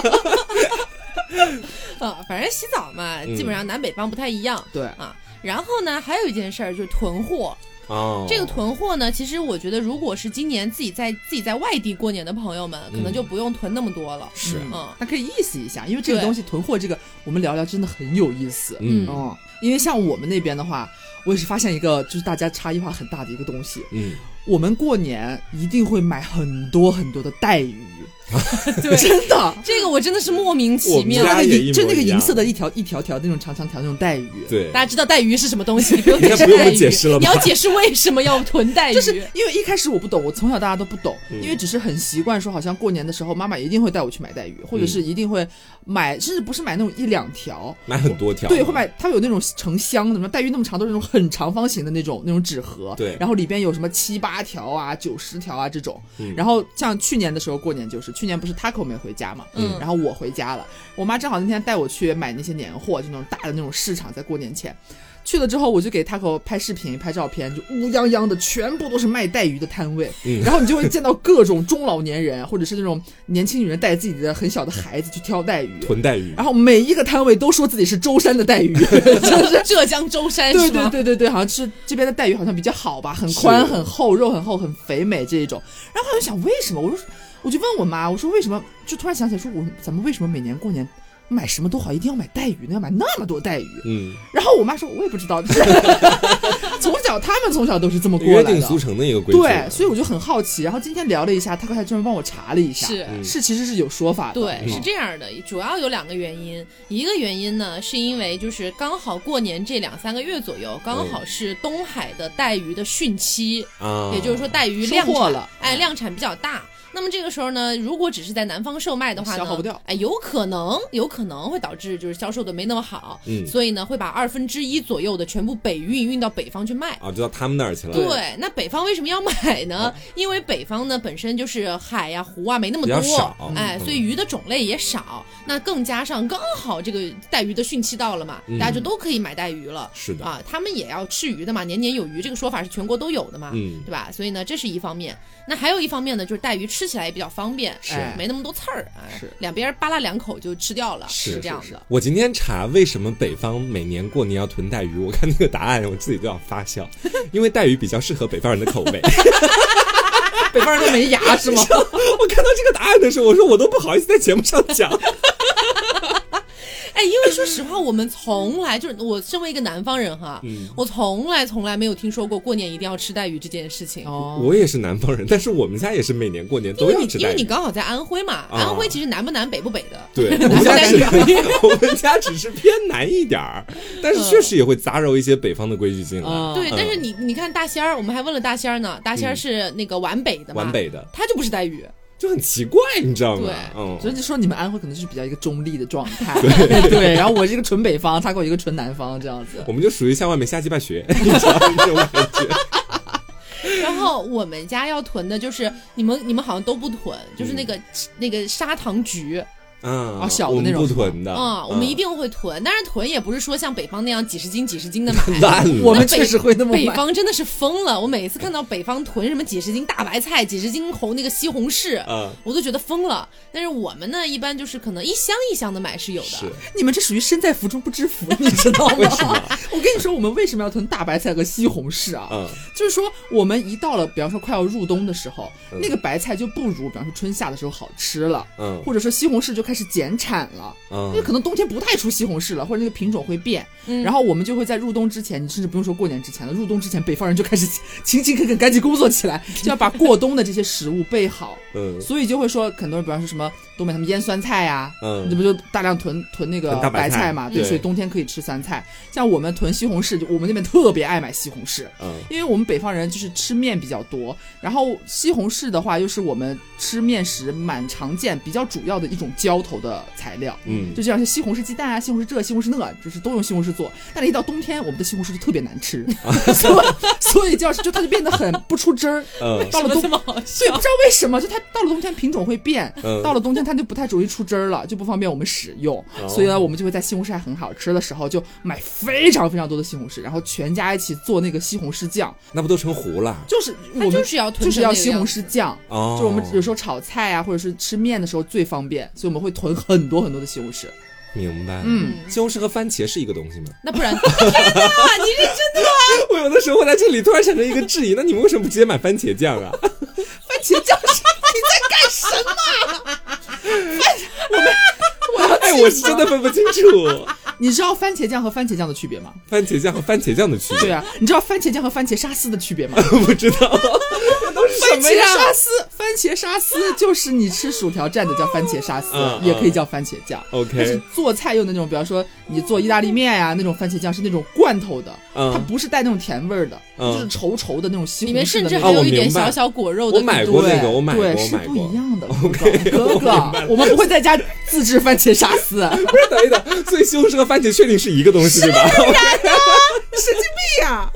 Speaker 1: 呃，反正洗澡嘛，
Speaker 2: 嗯
Speaker 1: 基本上南北方不太一样。
Speaker 3: 对，
Speaker 1: 啊，然后呢，还有一件事儿就是囤货。
Speaker 2: 哦，
Speaker 1: 这个囤货呢，其实我觉得，如果是今年自己在自己在外地过年的朋友们，可能就不用囤那么多了。
Speaker 2: 嗯是啊
Speaker 1: 嗯，
Speaker 2: *laughs*
Speaker 3: 那可以意思一下，因为这个
Speaker 1: 对
Speaker 3: 东西囤货这个，我们聊聊真的很有意思。
Speaker 2: 嗯
Speaker 3: 嗯，因为像我们那边的话，我也是发现一个就是大家差异化很大的一个东西，
Speaker 2: 嗯，
Speaker 3: 我们过年一定会买很多很多的带鱼，
Speaker 1: 对，
Speaker 3: 真的。
Speaker 1: 这个我真的是莫名
Speaker 2: 我
Speaker 1: 其
Speaker 2: 们
Speaker 1: 妙
Speaker 3: 就
Speaker 2: 家。
Speaker 3: 那个
Speaker 2: 也
Speaker 3: 银
Speaker 2: 一
Speaker 3: 就
Speaker 2: 模
Speaker 3: 那个
Speaker 2: 一
Speaker 3: 银
Speaker 2: 样
Speaker 3: 色的一条一条条那种长长条那种带鱼，
Speaker 2: 对
Speaker 1: 大，家知道带鱼是什么东西，
Speaker 2: *laughs*
Speaker 1: 你不用
Speaker 2: 应
Speaker 1: 解
Speaker 2: 该
Speaker 1: 释
Speaker 2: 不用
Speaker 1: 带
Speaker 2: 我
Speaker 1: 鱼
Speaker 2: 解释了吧
Speaker 1: 你要解释为什么要囤
Speaker 2: *laughs*
Speaker 1: 带鱼。
Speaker 3: 就是因为一开始我不懂，我从小到大都不懂，
Speaker 2: 嗯
Speaker 3: 因为只是很习惯说，好像过年的时候妈妈一定会带我去买带鱼，或者是一定会买，甚至不是买那种一两条，
Speaker 2: 买很多条，
Speaker 3: 对，会买，它有那种成箱的，什么带鱼那么长，都是那种很长方形的那种那种纸盒，
Speaker 2: 对
Speaker 3: 然后里边有什么七八条啊、九十条啊这种
Speaker 2: 嗯。
Speaker 3: 然后像去年的时候过年就是，去年不是 Taco 没回家嘛，
Speaker 1: 嗯
Speaker 3: 然后我回家了，我妈正好那天带我去买那些年货，就那种大的那种市场，在过年前。去了之后，我就给 Taco 拍视频、拍照片，就乌泱泱的，全部都是卖带鱼的摊位。
Speaker 2: 嗯
Speaker 3: 然后你就会见到各种中老年人，或者是那种年轻女人带自己的很小的孩子去挑带鱼，
Speaker 2: 臀带鱼
Speaker 3: 然，后每一个摊位都说自己是舟山的带鱼， *laughs*
Speaker 1: *laughs*
Speaker 3: 就是。
Speaker 1: 浙江舟
Speaker 2: *laughs*
Speaker 1: 山
Speaker 3: 对
Speaker 1: 是
Speaker 3: 对
Speaker 1: 吗？
Speaker 3: 对对对，好像是这边的带鱼好像比较好吧，很宽
Speaker 2: 是
Speaker 3: 很厚，肉很厚很肥美这一种。然后我就想为什么？我说我就问我妈，我说为什么？就突然想起来说我咱们为什么每年过年买什么都好，一定要买带鱼呢？要买那么多带鱼？
Speaker 2: 嗯，
Speaker 3: 然后我妈说我也不知道， *laughs* 从小他们从小都是这么过
Speaker 2: 约
Speaker 3: 来的
Speaker 2: 定。俗成的一个规矩。
Speaker 3: 对，所以我就很好奇。然后今天聊了一下，他还专门帮我查了一下，
Speaker 1: 是
Speaker 2: 嗯
Speaker 3: 是其实是有说法的。
Speaker 1: 对，
Speaker 2: 嗯
Speaker 1: 是这样的，主要有两个原因。一个原因呢，是因为就是刚好过年这两三个月左右，
Speaker 2: 嗯
Speaker 1: 刚好是东海的带鱼的汛期，
Speaker 2: 啊，
Speaker 1: 也就是说带鱼量
Speaker 3: 收获
Speaker 1: 产
Speaker 3: 了，
Speaker 1: 哎，量产比较大。那么这个时候呢，如果只是在南方售卖的话呢，
Speaker 3: 消耗不掉
Speaker 1: 哎，有可能有可能会导致就是销售的没那么好，
Speaker 2: 嗯
Speaker 1: 所以呢会把二分之一左右的全部北运运到北方去卖。
Speaker 2: 啊，就到他们那儿去了，
Speaker 1: 对，那北方为什么要买呢？因为北方呢本身就是海呀、湖啊没那么
Speaker 2: 比
Speaker 1: 多
Speaker 2: 较少，
Speaker 1: 哎，
Speaker 2: 嗯
Speaker 1: 所以鱼的种类也少。那更加上刚好这个带鱼的汛期到了嘛，大家就都可以买带鱼了。
Speaker 2: 是的，
Speaker 1: 啊，他们也要吃鱼的嘛，年年有余这个说法是全国都有的嘛，
Speaker 2: 嗯
Speaker 1: 对吧？所以呢，这是一方面。那还有一方面呢，就是带鱼吃起来也比较方便，
Speaker 3: 是
Speaker 1: 哎没那么多刺儿，哎
Speaker 3: 是
Speaker 1: 两边扒拉两口就吃掉了，
Speaker 2: 是
Speaker 1: 这样
Speaker 3: 是
Speaker 1: 的。
Speaker 2: 我今天查为什么北方每年过年要囤带鱼，我 *laughs* 看那个答案我自己都要发笑， *laughs* 因为带鱼比较适合北方人的口味。
Speaker 3: 北方人都
Speaker 1: *laughs*
Speaker 3: 没牙 *laughs* 是吗？
Speaker 2: *laughs* 我看到这个答案的时候，我说我都不好意思在节目上讲。
Speaker 1: 哎，因为说实话，我们从来就是我身为一个南方人哈，
Speaker 3: 嗯
Speaker 1: 我从来从来没有听说过过年一定要吃带鱼这件事情。
Speaker 3: *laughs* 哦，
Speaker 2: 我也是南方人，但是我们家也是每年过年
Speaker 1: 因
Speaker 2: 都
Speaker 1: 为
Speaker 2: 要
Speaker 1: 你
Speaker 2: 吃
Speaker 1: 因
Speaker 2: 带
Speaker 1: 为你
Speaker 2: 鱼。
Speaker 1: 刚好在安徽嘛，
Speaker 3: 哦
Speaker 1: 安徽其实南不南北不北的，
Speaker 3: *laughs*
Speaker 2: 对，我
Speaker 1: 南
Speaker 2: 们
Speaker 1: 不
Speaker 2: 家
Speaker 1: 南
Speaker 2: 只
Speaker 1: 北不
Speaker 2: 是 *laughs* 我们家只是偏南一点儿，但是确实也会杂糅一些北方的规矩进来。
Speaker 3: 啊
Speaker 1: 对，但是你你看大仙儿，我们还问了大仙儿呢，大仙儿
Speaker 3: 嗯
Speaker 1: 是那个皖北的嘛，
Speaker 2: 皖北的
Speaker 1: 他就不是带鱼，
Speaker 2: 就很奇怪，你知道吗
Speaker 1: 对？
Speaker 2: 嗯，
Speaker 3: 所以就说你们安徽可能就是比较一个中立的状
Speaker 2: *laughs*
Speaker 3: 态， *laughs* 对然后我是一个纯北方，他给我一个纯南方这样子。
Speaker 2: 我们就属于向外面瞎鸡巴学， *laughs* 你知道吗这种感觉。
Speaker 1: 然后我们家要囤的就是你们你们好像都不囤，就是那个、
Speaker 3: 嗯
Speaker 1: 那个砂糖橘
Speaker 2: 嗯，
Speaker 3: *laughs* 哦小的
Speaker 2: 我们
Speaker 3: 那种
Speaker 2: 不
Speaker 3: 是吧哦
Speaker 2: 囤的嗯
Speaker 1: 啊、我们一定会囤。当然囤也不是说像北方那样几十斤几十斤的
Speaker 3: *laughs*
Speaker 1: 买。
Speaker 2: 烂了。
Speaker 3: 我们确实会那么
Speaker 1: 北
Speaker 3: 买，
Speaker 1: 方真的是疯了，我每次看到北方囤什么几十斤大白菜、几十斤红那个西红柿，
Speaker 3: 啊
Speaker 2: 嗯
Speaker 1: 我都觉得疯了。但是我们呢，一般就是可能一箱一箱的买是有的，
Speaker 2: 是
Speaker 3: 你们这属于身在福中不知福，你知道吗？
Speaker 2: 为什么
Speaker 3: *laughs* 我跟你说，我们为什么要囤大白菜和西红柿啊？
Speaker 2: 嗯
Speaker 3: 就是说，我们一到了，比方说快要入冬的时候，那个白菜就不如，比方说春夏的时候好吃了，
Speaker 2: 嗯
Speaker 3: 或者说西红柿就开始减产了，因为
Speaker 2: 嗯
Speaker 3: 可能冬天不太出西红柿了，或者那个品种会变，
Speaker 1: 嗯
Speaker 3: 然后我们就会在入冬之前，你甚至不用说过年之前了，入冬之前，北方人就开始勤勤恳恳赶紧工作起来，就要把过冬的这些食物备好，
Speaker 2: 嗯
Speaker 3: 所以就会说，很多人比方说什么东北他们腌酸菜呀、
Speaker 2: 嗯
Speaker 3: 这不就大量囤囤那个
Speaker 2: 囤大白
Speaker 3: 白
Speaker 2: 菜
Speaker 3: 菜嘛？对，
Speaker 2: 对
Speaker 3: 所以冬天可以吃酸菜。像我们囤西红柿，就我们那边特别爱买西红柿，
Speaker 2: 嗯，
Speaker 3: 因为我们北方人就是吃面比较多，然后西红柿的话又是我们吃面时蛮常见、比较主要的一种浇头的材料。
Speaker 2: 嗯
Speaker 3: 就这样是西红柿鸡蛋啊，西红柿这，西红柿那，就是都用西红柿做。但是，一到冬天，我们的西红柿就特别难吃， *laughs* 所以所以就要就它就变得很不出汁儿。
Speaker 2: 嗯
Speaker 3: 到了冬
Speaker 1: 这
Speaker 3: *laughs*
Speaker 1: 么好
Speaker 3: 对，不
Speaker 1: 笑
Speaker 3: 知道为什么，就它到了冬天品种会变，
Speaker 2: 嗯
Speaker 3: 到了冬天它就不太容易出汁儿了，就不方便我们使用，
Speaker 2: 哦
Speaker 3: 所以呢，我们就会在西红柿还很好吃的时候，就买非常非常多的西红柿，然后全家一起做那个西红柿酱，
Speaker 2: 那不都成糊了？
Speaker 3: 就是
Speaker 1: 它
Speaker 3: 我们
Speaker 1: 就是要囤
Speaker 3: 就是
Speaker 1: 成
Speaker 3: 要
Speaker 1: 那个
Speaker 3: 西红
Speaker 1: 样
Speaker 3: 柿酱。
Speaker 2: 哦，
Speaker 3: 就是我们有时候炒菜啊，或者是吃面的时候最方便，所以我们会囤很多很多的西红柿。
Speaker 2: 明白。
Speaker 3: 嗯，
Speaker 2: 西红柿和番茄是一个东西吗？ *laughs*
Speaker 1: 那不然， *laughs* 天哪，你这真的
Speaker 2: 我有的时候会在这里突然产生一个质疑，那你们为什么不直接买番茄酱
Speaker 3: *laughs*
Speaker 2: 啊？
Speaker 3: 番茄酱是 *laughs* 你在干
Speaker 2: 哎，我是真的分不清楚
Speaker 3: *laughs* 什么？你知道番茄酱和番茄酱的区别吗？
Speaker 2: 番茄酱和番茄酱的区
Speaker 3: 对
Speaker 2: 别，
Speaker 3: 啊，你知道番茄酱和番茄沙司的区别吗？
Speaker 2: *laughs* 不知道都是什
Speaker 3: 番
Speaker 2: 么
Speaker 3: 茄
Speaker 2: *laughs* 呀？
Speaker 3: 沙司，番茄沙司就是你吃薯条蘸的叫番茄沙司，
Speaker 2: 嗯
Speaker 3: 也可以叫番茄酱。
Speaker 2: OK
Speaker 3: 但是做菜用的那种，比方说你做意大利面呀、那种番茄酱是那种罐头的，
Speaker 2: 嗯
Speaker 3: 它不是带那种甜味儿的，
Speaker 2: 嗯
Speaker 3: 就是稠稠的那种西
Speaker 1: 里
Speaker 3: 红
Speaker 1: 面
Speaker 3: 柿
Speaker 1: 甚
Speaker 3: 的
Speaker 1: 至
Speaker 3: 那
Speaker 1: 还
Speaker 2: 哦
Speaker 3: 种。
Speaker 2: 我
Speaker 1: 有一点
Speaker 2: 明白
Speaker 1: 小小果肉的哎
Speaker 2: 我
Speaker 1: 那
Speaker 2: 买
Speaker 1: 种
Speaker 2: 过那个，
Speaker 3: 对
Speaker 2: 我买过，*laughs*
Speaker 3: 对，
Speaker 2: 我
Speaker 3: 是
Speaker 2: 买
Speaker 3: 不
Speaker 2: 过
Speaker 3: 一。样的。哥哥，我们不会在家自制番茄沙司，神 *laughs*
Speaker 2: 不是，等一等，所以西红柿和番茄确定是一个东西对吧？哎
Speaker 3: 经病呀！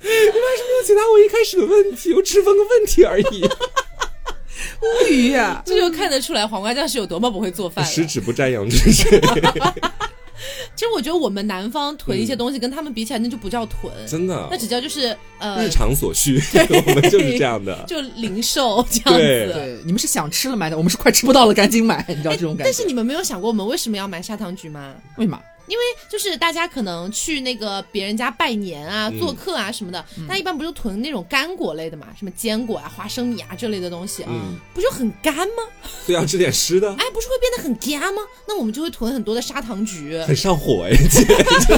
Speaker 2: 就解答我一开始的问题，我只问个问题而
Speaker 3: *laughs*
Speaker 2: 已，
Speaker 3: 无语呀！啊
Speaker 1: 这就看得出来黄瓜酱是有多么不会做饭了。
Speaker 2: 十指不沾阳春水。
Speaker 1: 其实我觉得我们南方囤一
Speaker 2: 嗯
Speaker 1: 些东西，跟他们比起来，那就不叫囤，
Speaker 2: 真的
Speaker 1: 那，只叫就是呃
Speaker 2: 日，常所需， *laughs* 我们就是这样的。
Speaker 1: 就零售这样子。
Speaker 3: 对，你们是想吃了买的，我们是快吃不到了赶紧买，你知道这种感觉。
Speaker 2: 哎
Speaker 1: 但是你们没有想过我们为什么要买砂糖橘吗？
Speaker 3: 为嘛？
Speaker 1: 就是大家可能去那个别人家拜年啊、
Speaker 2: 嗯
Speaker 1: 做客啊什么的，那一般不就囤那种干果类的嘛，什么坚果啊、花生米啊这类的东西，
Speaker 2: 嗯，
Speaker 1: 不就很干吗？
Speaker 2: 所以要吃点湿的，
Speaker 1: 哎，不是会变得很干吗？那我们就会囤 *laughs* 很多的砂糖
Speaker 2: *laughs*
Speaker 1: 橘。
Speaker 2: 很上火哎，姐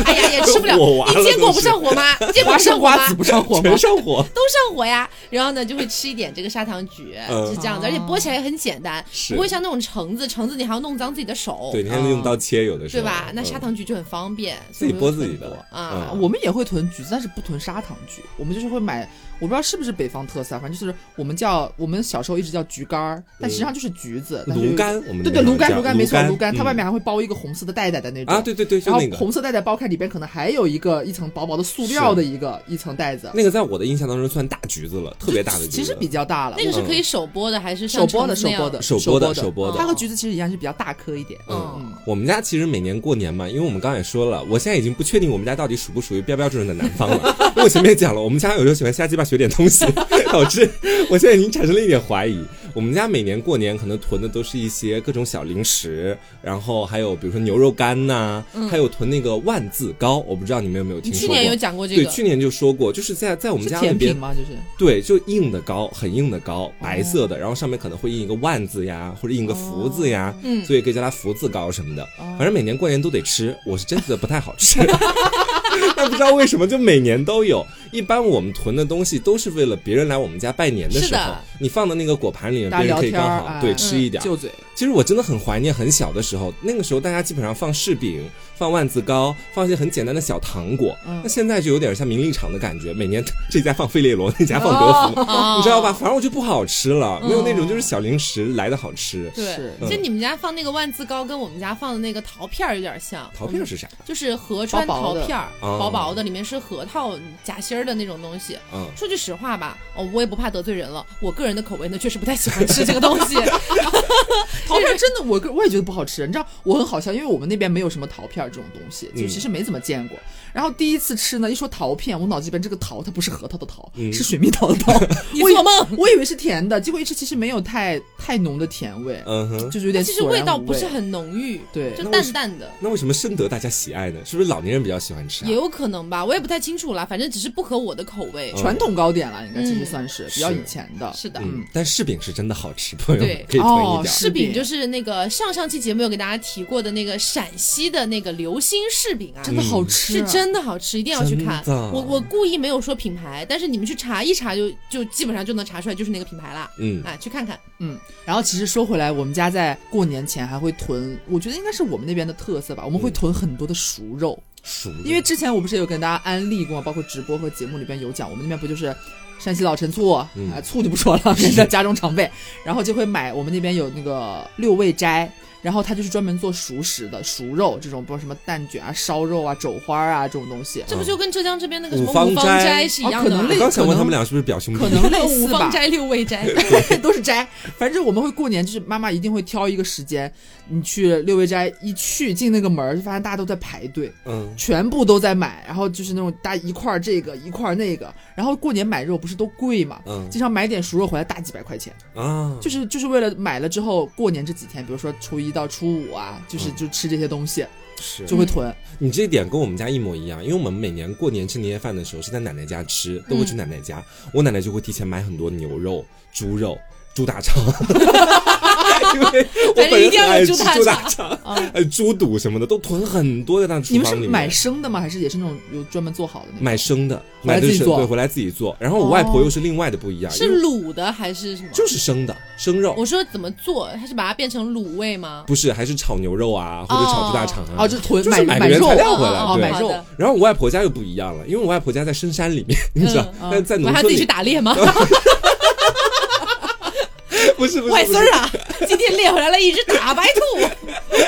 Speaker 1: 哎呀，也吃不了
Speaker 2: 我完，了
Speaker 1: 你坚果
Speaker 2: 都
Speaker 1: 不
Speaker 2: 是
Speaker 1: 上火吗？坚果不
Speaker 3: 花
Speaker 1: 上
Speaker 3: 生
Speaker 1: 火
Speaker 3: 瓜子
Speaker 1: 吗？
Speaker 3: 不上火吗
Speaker 2: 全？上火。
Speaker 1: 都上火呀，然后呢就会吃一点这个砂糖橘，
Speaker 2: 嗯
Speaker 1: 是这样子，而
Speaker 3: 哦
Speaker 1: 且剥起来也很简单，
Speaker 2: 是
Speaker 1: 不会像那种橙子，橙子你还要弄脏自己的手，
Speaker 2: *laughs* 对，你还能用刀切，有的时
Speaker 1: 对
Speaker 2: 候，
Speaker 1: 吧？那
Speaker 2: 嗯
Speaker 1: 砂糖橘就很方便，
Speaker 2: 自己
Speaker 1: 所以我
Speaker 2: 剥
Speaker 1: 们
Speaker 2: 嗯自己
Speaker 1: 就
Speaker 2: 的
Speaker 1: 很多啊。
Speaker 2: 嗯
Speaker 3: 我们也会囤橘子，但是不囤砂糖橘，我们就是会买，我不知道是不是北方特色啊，反正就是我们叫我们小时候一直叫橘干儿，但实际上就是橘子。但是
Speaker 2: 芦柑，我们
Speaker 3: 对对，芦柑，
Speaker 2: 芦
Speaker 3: 芦柑没错，芦柑，它
Speaker 2: 嗯
Speaker 3: 外面还会包一个红色的袋袋的那种
Speaker 2: 啊，对对对，就
Speaker 3: 然后
Speaker 2: 那个
Speaker 3: 红色袋袋剥开，里边可能还有一个一层薄薄的塑料
Speaker 2: 是
Speaker 3: 的一个一层袋子，
Speaker 2: 那个在我的印象当中算大橘子了，特别大的橘子，
Speaker 3: 其实比较大了。
Speaker 1: 那个是可以手剥的，还是像
Speaker 3: 手剥的，
Speaker 1: 橙子那
Speaker 3: 手
Speaker 1: 样
Speaker 3: 剥的，
Speaker 2: 手剥
Speaker 3: 剥
Speaker 2: 的
Speaker 3: 的，
Speaker 2: 手剥
Speaker 1: 的
Speaker 3: 它和橘子其实一样，是比较大颗一点。
Speaker 1: 嗯
Speaker 3: 嗯，
Speaker 2: 我们家其实每年过年嘛，因为我们刚才也说了，我现在已经不确定我们家到底属不属于标标准准的南方
Speaker 1: *laughs*
Speaker 2: 了。因为我前面也讲了，我们家有时候喜欢瞎鸡巴学点东西， *laughs* 导致我现在已经产生了一点怀疑。我们家每年过年可能囤的都是一些各种小零食，然后还有比如说牛肉干呐、还有囤那个万字糕，我不知道你们有没有
Speaker 1: 嗯你
Speaker 2: 听
Speaker 1: 去
Speaker 2: 说过。
Speaker 1: 年有讲过这
Speaker 2: 对，
Speaker 1: 个，
Speaker 2: 去年就说过，就是在在我们
Speaker 3: 是
Speaker 2: 家那
Speaker 3: 甜
Speaker 2: 边
Speaker 3: 品，吗？就是
Speaker 2: 对，就硬的糕，很硬的
Speaker 1: 哦
Speaker 2: 糕，白色的，然后上面可能会印一个万字呀，或者印个福字呀， *laughs*
Speaker 1: 嗯哦
Speaker 2: 所以可以叫它福字糕什么的。反正每年过年都得吃，我是真觉得不太好吃。 *laughs* 但不知道为什么，就每年都有。一般我们囤的东西都是为了别人来我们家拜年的
Speaker 1: 是
Speaker 2: 时候
Speaker 1: 的，
Speaker 2: 你放到那个果盘里面，
Speaker 3: 大家
Speaker 2: 别人可以
Speaker 3: 聊
Speaker 2: 刚
Speaker 3: 天儿
Speaker 2: 好、
Speaker 1: 啊
Speaker 3: 哎
Speaker 2: 对啊吃一点儿。
Speaker 3: 就嘴，
Speaker 2: 其实我真的很怀念很小的时候，那个时候大家基本上放柿饼、放万字糕、放一些很简单的小糖果。
Speaker 1: 嗯
Speaker 2: 那现在就有点像名利场的感觉，每年 *laughs* 这家放费列罗，那家放德芙，
Speaker 1: 哦嗯
Speaker 2: 你知道吧？？反正我就不好吃了，没有那种就是小零食来的好吃。
Speaker 1: 对
Speaker 3: 是，
Speaker 1: 就
Speaker 2: 嗯
Speaker 1: 你们家放那个万字糕，跟我们家放的那个桃片儿有点像，嗯
Speaker 2: 桃片是啥？
Speaker 1: 就是合川
Speaker 3: 薄薄
Speaker 1: 桃
Speaker 3: 的
Speaker 1: 片儿，
Speaker 2: 哦
Speaker 1: 薄薄的，里面是核桃夹心儿的那种东西。
Speaker 2: 嗯，
Speaker 1: 说句实话吧，哦，我也不怕得罪人了。我个人的口味呢，确实不太喜欢吃这个东
Speaker 3: *laughs*
Speaker 1: 西。
Speaker 3: 桃片儿真的，我个我也觉得不好吃。你知道我很好笑，因为我们那边没有什么桃片儿这种东西，就
Speaker 2: 嗯
Speaker 3: 其实没怎么见过。然后第一次吃呢，一说桃片，我脑子里边这个桃它不是核桃的桃，
Speaker 2: 嗯
Speaker 3: 是水蜜桃的桃。
Speaker 1: *laughs* 你
Speaker 3: 我以
Speaker 1: 做梦！
Speaker 3: 我以为是甜的，结果一吃其实没有太太浓的甜味，
Speaker 2: 嗯哼。
Speaker 3: 就是有
Speaker 1: 它
Speaker 3: 点
Speaker 1: 其实
Speaker 3: 索然
Speaker 1: 味道
Speaker 3: 无
Speaker 1: 不是很浓郁，
Speaker 3: 对
Speaker 1: 就
Speaker 2: 那为
Speaker 1: 淡
Speaker 2: 什
Speaker 1: 淡的，
Speaker 2: 那为什么深得大家喜爱呢？是不是老年人比较喜欢吃、啊
Speaker 1: 也？有可能吧，我也不太清楚啦。反正只是不合我的口味。
Speaker 2: 嗯
Speaker 3: 传统糕点了，应该其实
Speaker 1: 嗯
Speaker 3: 算是、比较
Speaker 2: 是
Speaker 3: 以前的。
Speaker 1: 是的，
Speaker 2: 嗯，但柿饼是真的好吃，朋友们
Speaker 1: 对
Speaker 2: 可以囤一
Speaker 3: 哦
Speaker 2: 点。
Speaker 1: 柿饼
Speaker 3: 饼
Speaker 1: 就是那个上上期节目有给大家提过的那个陕西的那个流心柿饼啊，
Speaker 3: 真的好吃、
Speaker 1: 是。真的好吃，一定要去看。
Speaker 2: 真的
Speaker 1: 我我故意没有说品牌，但是你们去查一查就，就基本上就能查出来就是那个品牌啦。
Speaker 2: 嗯，
Speaker 1: 啊，去看看，
Speaker 3: 嗯，然后其实说回来，我们家在过年前还会囤，我觉得应该是我们那边的特色吧，我们
Speaker 1: 嗯
Speaker 3: 会囤很多的熟肉，
Speaker 2: 熟
Speaker 3: 因为之前我不是有跟大家安利过吗，包括直播和节目里边有讲，我们那边不就是山西老陈醋啊、
Speaker 2: 嗯
Speaker 3: 醋就不说了，免得家中常备。然后就会买我们那边有那个六味斋，然后它就是专门做熟食的熟肉这种，包括什么蛋卷啊、烧肉啊、肘花啊这种东西。
Speaker 1: 这不就跟浙江这边那个什么
Speaker 2: 五芳
Speaker 1: 五芳
Speaker 2: 斋
Speaker 1: 斋是一样的
Speaker 3: 哦可
Speaker 1: 吗
Speaker 3: 能？类
Speaker 2: 我刚想问
Speaker 3: 可能
Speaker 2: 他们俩是不是表兄弟？
Speaker 3: 可能类
Speaker 1: 五
Speaker 3: 似吧
Speaker 1: 芳，斋六味斋， *laughs*
Speaker 3: 都是斋。反正我们会过年，就是妈妈一定会挑一个时间，你去六味斋一去进那个门儿，就发现大家都在排队，
Speaker 2: 嗯，
Speaker 3: 全部都在买，然后就是那种大家一块儿这个一块儿那个，然后过年买肉不是都贵嘛，
Speaker 2: 嗯
Speaker 3: 经常买点熟肉回来大几百块钱，
Speaker 2: 啊，
Speaker 3: 就是就是为了买了之后过年这几天，比如说初一到初五啊，就是
Speaker 2: 嗯
Speaker 3: 就吃这些东西
Speaker 2: 是
Speaker 3: 就会囤。
Speaker 2: 你这一点跟我们家一模一样，因为我们每年过年吃年夜饭的时候是在奶奶家吃，都会去奶奶家。我奶奶就会提前买很多牛肉、猪肉、猪大
Speaker 3: *laughs*
Speaker 2: 肠， *laughs* 因为我本
Speaker 1: 反正一
Speaker 2: 人很爱吃
Speaker 1: 定要有
Speaker 2: 猪
Speaker 1: 猪
Speaker 2: 大
Speaker 1: 大
Speaker 2: 肠、呃猪肚什么的，都囤很多在那厨
Speaker 3: 哦你们
Speaker 2: 房
Speaker 3: 是
Speaker 2: 里面。
Speaker 3: 买生的吗？还是也是那种有专门做好的那种？
Speaker 2: 买生的，
Speaker 3: 回来
Speaker 2: 买的
Speaker 3: 自
Speaker 2: 是
Speaker 3: 己做
Speaker 2: 对，回来自己做。然后我外婆又是另外的不一样，
Speaker 1: 哦
Speaker 2: 因
Speaker 1: 是
Speaker 2: 为
Speaker 1: 卤的还是什么？
Speaker 2: 就是生的生肉，
Speaker 1: 我说怎么做，它是把它变成卤味吗？
Speaker 2: 不是还是炒牛肉啊，或者炒猪大肠啊。
Speaker 3: 哦，就囤
Speaker 2: 就是买
Speaker 3: 买
Speaker 2: 个原
Speaker 3: 肉
Speaker 2: 材料回来，
Speaker 3: 哦，
Speaker 2: 对
Speaker 3: 买肉。
Speaker 2: 然后我外婆家又不一样了，因为我外婆家在深山里面，你知道，但在
Speaker 1: 我
Speaker 2: 农
Speaker 1: 还要
Speaker 2: 村
Speaker 1: 自己
Speaker 2: 里
Speaker 1: 去
Speaker 2: *laughs*
Speaker 1: 打猎吗？
Speaker 2: 不是不是
Speaker 1: 外
Speaker 2: 不
Speaker 1: 孙
Speaker 2: 是
Speaker 1: *laughs*
Speaker 2: *laughs*
Speaker 1: 儿啊，今天猎回来了一只大白兔，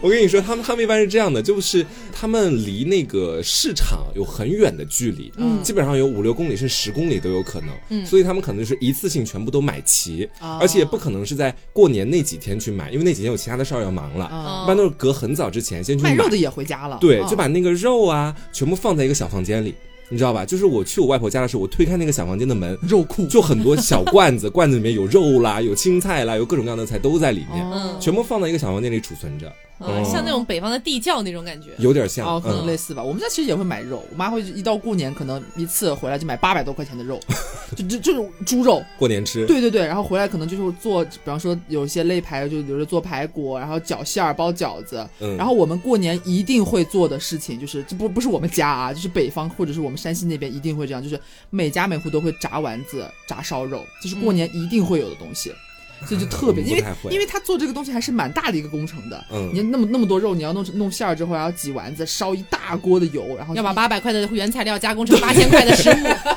Speaker 2: 我跟你说，他们他们一般是这样的，就是他们离那个市场有很远的距离，
Speaker 3: 嗯
Speaker 2: 基本上有五六公里甚至十公里都有可能，
Speaker 1: 嗯
Speaker 2: 所以他们可能就是一次性全部都买齐，
Speaker 3: 哦
Speaker 2: 而且也不可能是在过年那几天去买，因为那几天有其他的事儿要忙了，
Speaker 3: 啊
Speaker 1: 哦
Speaker 2: 一般都是隔很早之前先去
Speaker 3: 卖
Speaker 2: 买，
Speaker 3: 肉的也回家了，
Speaker 2: 对，
Speaker 3: 啊
Speaker 2: 就把那个肉啊全部放在一个小房间里，你知道吧？就是我去我外婆家的时候，我推开那个小房间的门，
Speaker 3: 肉库
Speaker 2: 就很多小罐子， *laughs* 罐子里面有肉啦，有青菜啦，有各种各样的菜都在里面，
Speaker 3: 哦
Speaker 2: 全部放到一个小房间里储存着，
Speaker 1: 嗯
Speaker 2: 嗯
Speaker 1: 像那种北方的地窖那种感觉。
Speaker 2: 有点像，
Speaker 3: 哦，可能
Speaker 2: 嗯
Speaker 3: 类似吧。我们家其实也会买肉，我妈会一到过年，可能一次回来就买八百多块钱
Speaker 2: *laughs*
Speaker 3: 的肉，就就就是猪肉。
Speaker 2: 过年吃，
Speaker 3: 对对对，然后回来可能就是做，比方说有一些肋排就留着做排骨，然后饺馅儿包饺子。
Speaker 2: 嗯，
Speaker 3: 然后我们过年一定会做的事情就是，这不不是我们家啊，就是北方或者是我们山西那边一定会这样，就是每家每户都会炸丸子、炸烧肉，就是过年一定会有的东
Speaker 2: *laughs*
Speaker 3: 西，所以就特别，
Speaker 2: 嗯
Speaker 3: 因为
Speaker 2: 不太会
Speaker 3: 因为他做这个东西还是蛮大的一个工程的，
Speaker 2: 嗯
Speaker 3: 你那么那么多肉，你要弄弄馅儿之后，还要挤丸子，烧一大锅的油，然后
Speaker 1: 要把八百块的原材料加工成八千块的食物，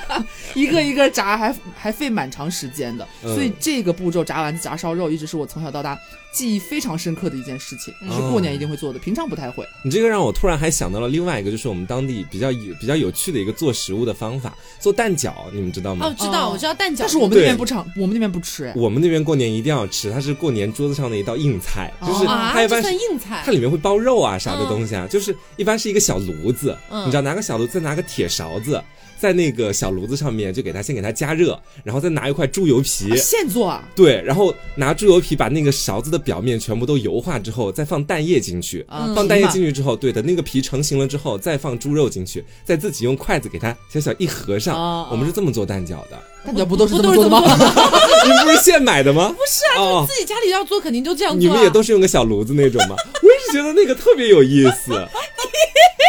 Speaker 1: *laughs*
Speaker 3: 一个一个炸还，还费蛮长时间的。
Speaker 2: 嗯
Speaker 3: 所以这个步骤炸丸子、炸烧肉，一直是我从小到大记忆非常深刻的一件事情，
Speaker 1: 嗯
Speaker 3: 是
Speaker 2: 哦
Speaker 3: 过年一定会做的，平常不太会。
Speaker 2: 你这个让我突然还想到了另外一个，就是我们当地比较有比较有趣的一个做食物的方法，做蛋饺，你们知道吗？
Speaker 1: 哦，知道，
Speaker 3: 哦
Speaker 1: 我知道蛋饺，
Speaker 3: 但是我们
Speaker 2: 对
Speaker 3: 那边不常，我们那边不吃。哎
Speaker 2: 我们那边过年一定要吃，它是过年桌子上的一道硬菜，就是
Speaker 3: 哦
Speaker 1: 啊，
Speaker 2: 它一
Speaker 1: 这
Speaker 2: 般是
Speaker 1: 算硬菜
Speaker 2: 它，里面会包肉啊啥的东西啊，就是一般是一个小炉子，
Speaker 1: 嗯
Speaker 2: 你知道拿个小炉子，再拿个铁勺子，在那个小炉子上面就给它先给它加热，然后再拿一块猪油皮。
Speaker 3: 现做啊，
Speaker 2: 对，然后拿猪油皮把那个勺子的表面全部都油化之后，再放蛋液进去。
Speaker 3: 啊
Speaker 1: 嗯
Speaker 2: 放蛋液进
Speaker 3: 去，
Speaker 2: 去之后，对等那个皮成型了之后，再放猪肉进去，再自己用筷子给它小小一合上。
Speaker 3: 哦
Speaker 2: 我们是这么做蛋饺的，
Speaker 3: 蛋饺不都是
Speaker 1: 不
Speaker 3: 这
Speaker 1: 都
Speaker 3: 么
Speaker 1: 是这
Speaker 3: 做的
Speaker 1: 么
Speaker 3: 吗？ *laughs*
Speaker 1: 做的？
Speaker 2: 你们不是现买的吗？不是啊，哦，
Speaker 1: 自己家里要做，肯定就这样做啊。
Speaker 2: 你们也都是用个小炉子那种吗？ *laughs* 我一直觉得那个特别有意
Speaker 1: *laughs*
Speaker 2: 思。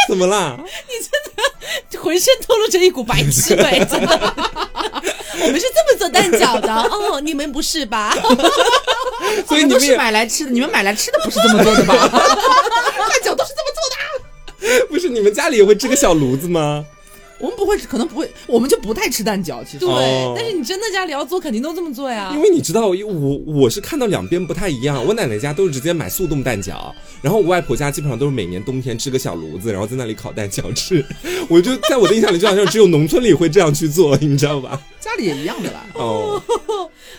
Speaker 2: 怎么啦？
Speaker 1: *laughs* 浑身透露着一股白痴
Speaker 2: *laughs*
Speaker 1: 味，真的。 *laughs* 我们是这么做蛋饺的哦，你们不是吧？
Speaker 2: *laughs*
Speaker 1: 哦
Speaker 2: 所以你
Speaker 3: 不
Speaker 2: 们
Speaker 3: 是
Speaker 2: 也
Speaker 3: 买来吃的，你们买来吃的 *laughs* 不是这么做的吧？蛋饺都是这么做的。
Speaker 2: 不是你们家里也会支个小炉子吗？
Speaker 3: 我们不会，可能不会，我们就不太吃蛋饺。其实
Speaker 1: 对，，
Speaker 2: 哦
Speaker 1: 但是你真的家里要做，肯定都这么做呀
Speaker 2: 因。为你知道，我我是看到两边不太一样。我奶奶家都是直接买速冻蛋饺，然后我外婆家基本上都是每年冬天支个小炉子，然后在那里烤蛋饺吃。 *laughs* 我就在我的印象里，就好像只有农村里会这样去做，你知道
Speaker 1: *laughs*
Speaker 2: 吧？
Speaker 3: 家里也一样的啦。
Speaker 2: 哦，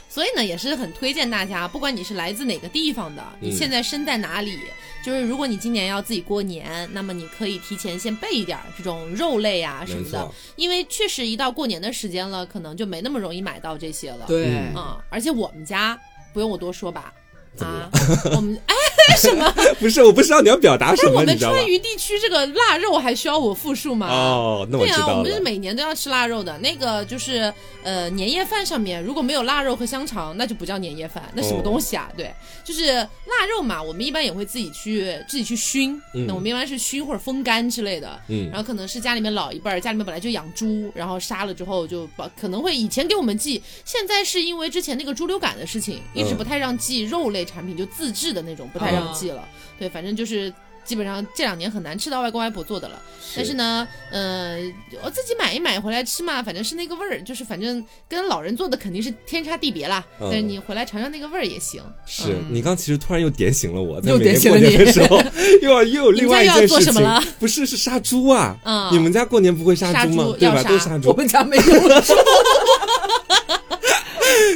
Speaker 1: 所以呢，也是很推荐大家，不管你是来自哪个地方的，
Speaker 2: 嗯
Speaker 1: 你现在身在哪里，就是如果你今年要自己过年，那么你可以提前先备一点儿这种肉类啊什
Speaker 2: 哦没
Speaker 1: 么的
Speaker 2: 错，， *laughs*
Speaker 1: 因为确实一到过年的时间了，可能就没那么容易买到这些了。
Speaker 3: 对
Speaker 2: 嗯
Speaker 1: 嗯，而且我们家不用我多说吧。
Speaker 2: 怎么
Speaker 1: 啊，我们哎什么？
Speaker 2: 不是，我不知道你要表达
Speaker 1: *laughs*
Speaker 2: 什
Speaker 1: 但哎我
Speaker 2: 么，你
Speaker 1: 们
Speaker 2: 知道吧
Speaker 1: 川？渝地区这个腊肉还需要我复述吗？
Speaker 2: 哦，那我
Speaker 1: 对
Speaker 2: 知
Speaker 1: 啊，我
Speaker 2: 道
Speaker 1: 们是
Speaker 2: 了。
Speaker 1: 每年都要吃腊肉的。那个就是呃，年夜饭上面如果没有腊肉和香肠，那就不叫年夜饭，那什么
Speaker 2: 哦
Speaker 1: 东西啊？对，就是腊肉嘛，我们一般也会自己去自己去熏。
Speaker 2: 嗯
Speaker 1: 那我们一般是熏或者风干之类的。
Speaker 2: 嗯
Speaker 1: 然后可能是家里面老一辈儿，家里面本来就养猪，然后杀了之后就把可能会以前给我们寄，现在是因为之前那个猪流感的事情，一直
Speaker 2: 嗯
Speaker 1: 不太让寄肉类产品，就自制的那种不太让
Speaker 3: 啊
Speaker 1: 寄了。对，反正就是基本上这两年很难吃到外公外婆做的了。但是呢，呃，我自己买一买回来吃嘛，反正是那个味儿，就是反正跟老人做的肯定是天差地别啦。
Speaker 2: 嗯
Speaker 1: 但是你回来尝尝那个味儿也行。
Speaker 2: 是
Speaker 3: 嗯
Speaker 2: 你刚其实突然又点醒了我，在
Speaker 3: 又
Speaker 2: 每
Speaker 3: 点
Speaker 2: 年
Speaker 3: 醒
Speaker 2: 过
Speaker 3: 了
Speaker 2: 年
Speaker 3: 你
Speaker 2: 的时候， *laughs* 又要又有另外一件
Speaker 1: 你们家又
Speaker 2: 事
Speaker 1: 要做什么了
Speaker 2: 情，不是是杀猪啊？
Speaker 1: 嗯
Speaker 2: 你们家过年不会
Speaker 1: 杀
Speaker 2: 猪吗
Speaker 1: 猪？
Speaker 2: 对
Speaker 1: 要
Speaker 2: 吧？
Speaker 1: 杀
Speaker 2: 都杀
Speaker 3: *laughs* 我
Speaker 2: 猪，
Speaker 3: 们家没有。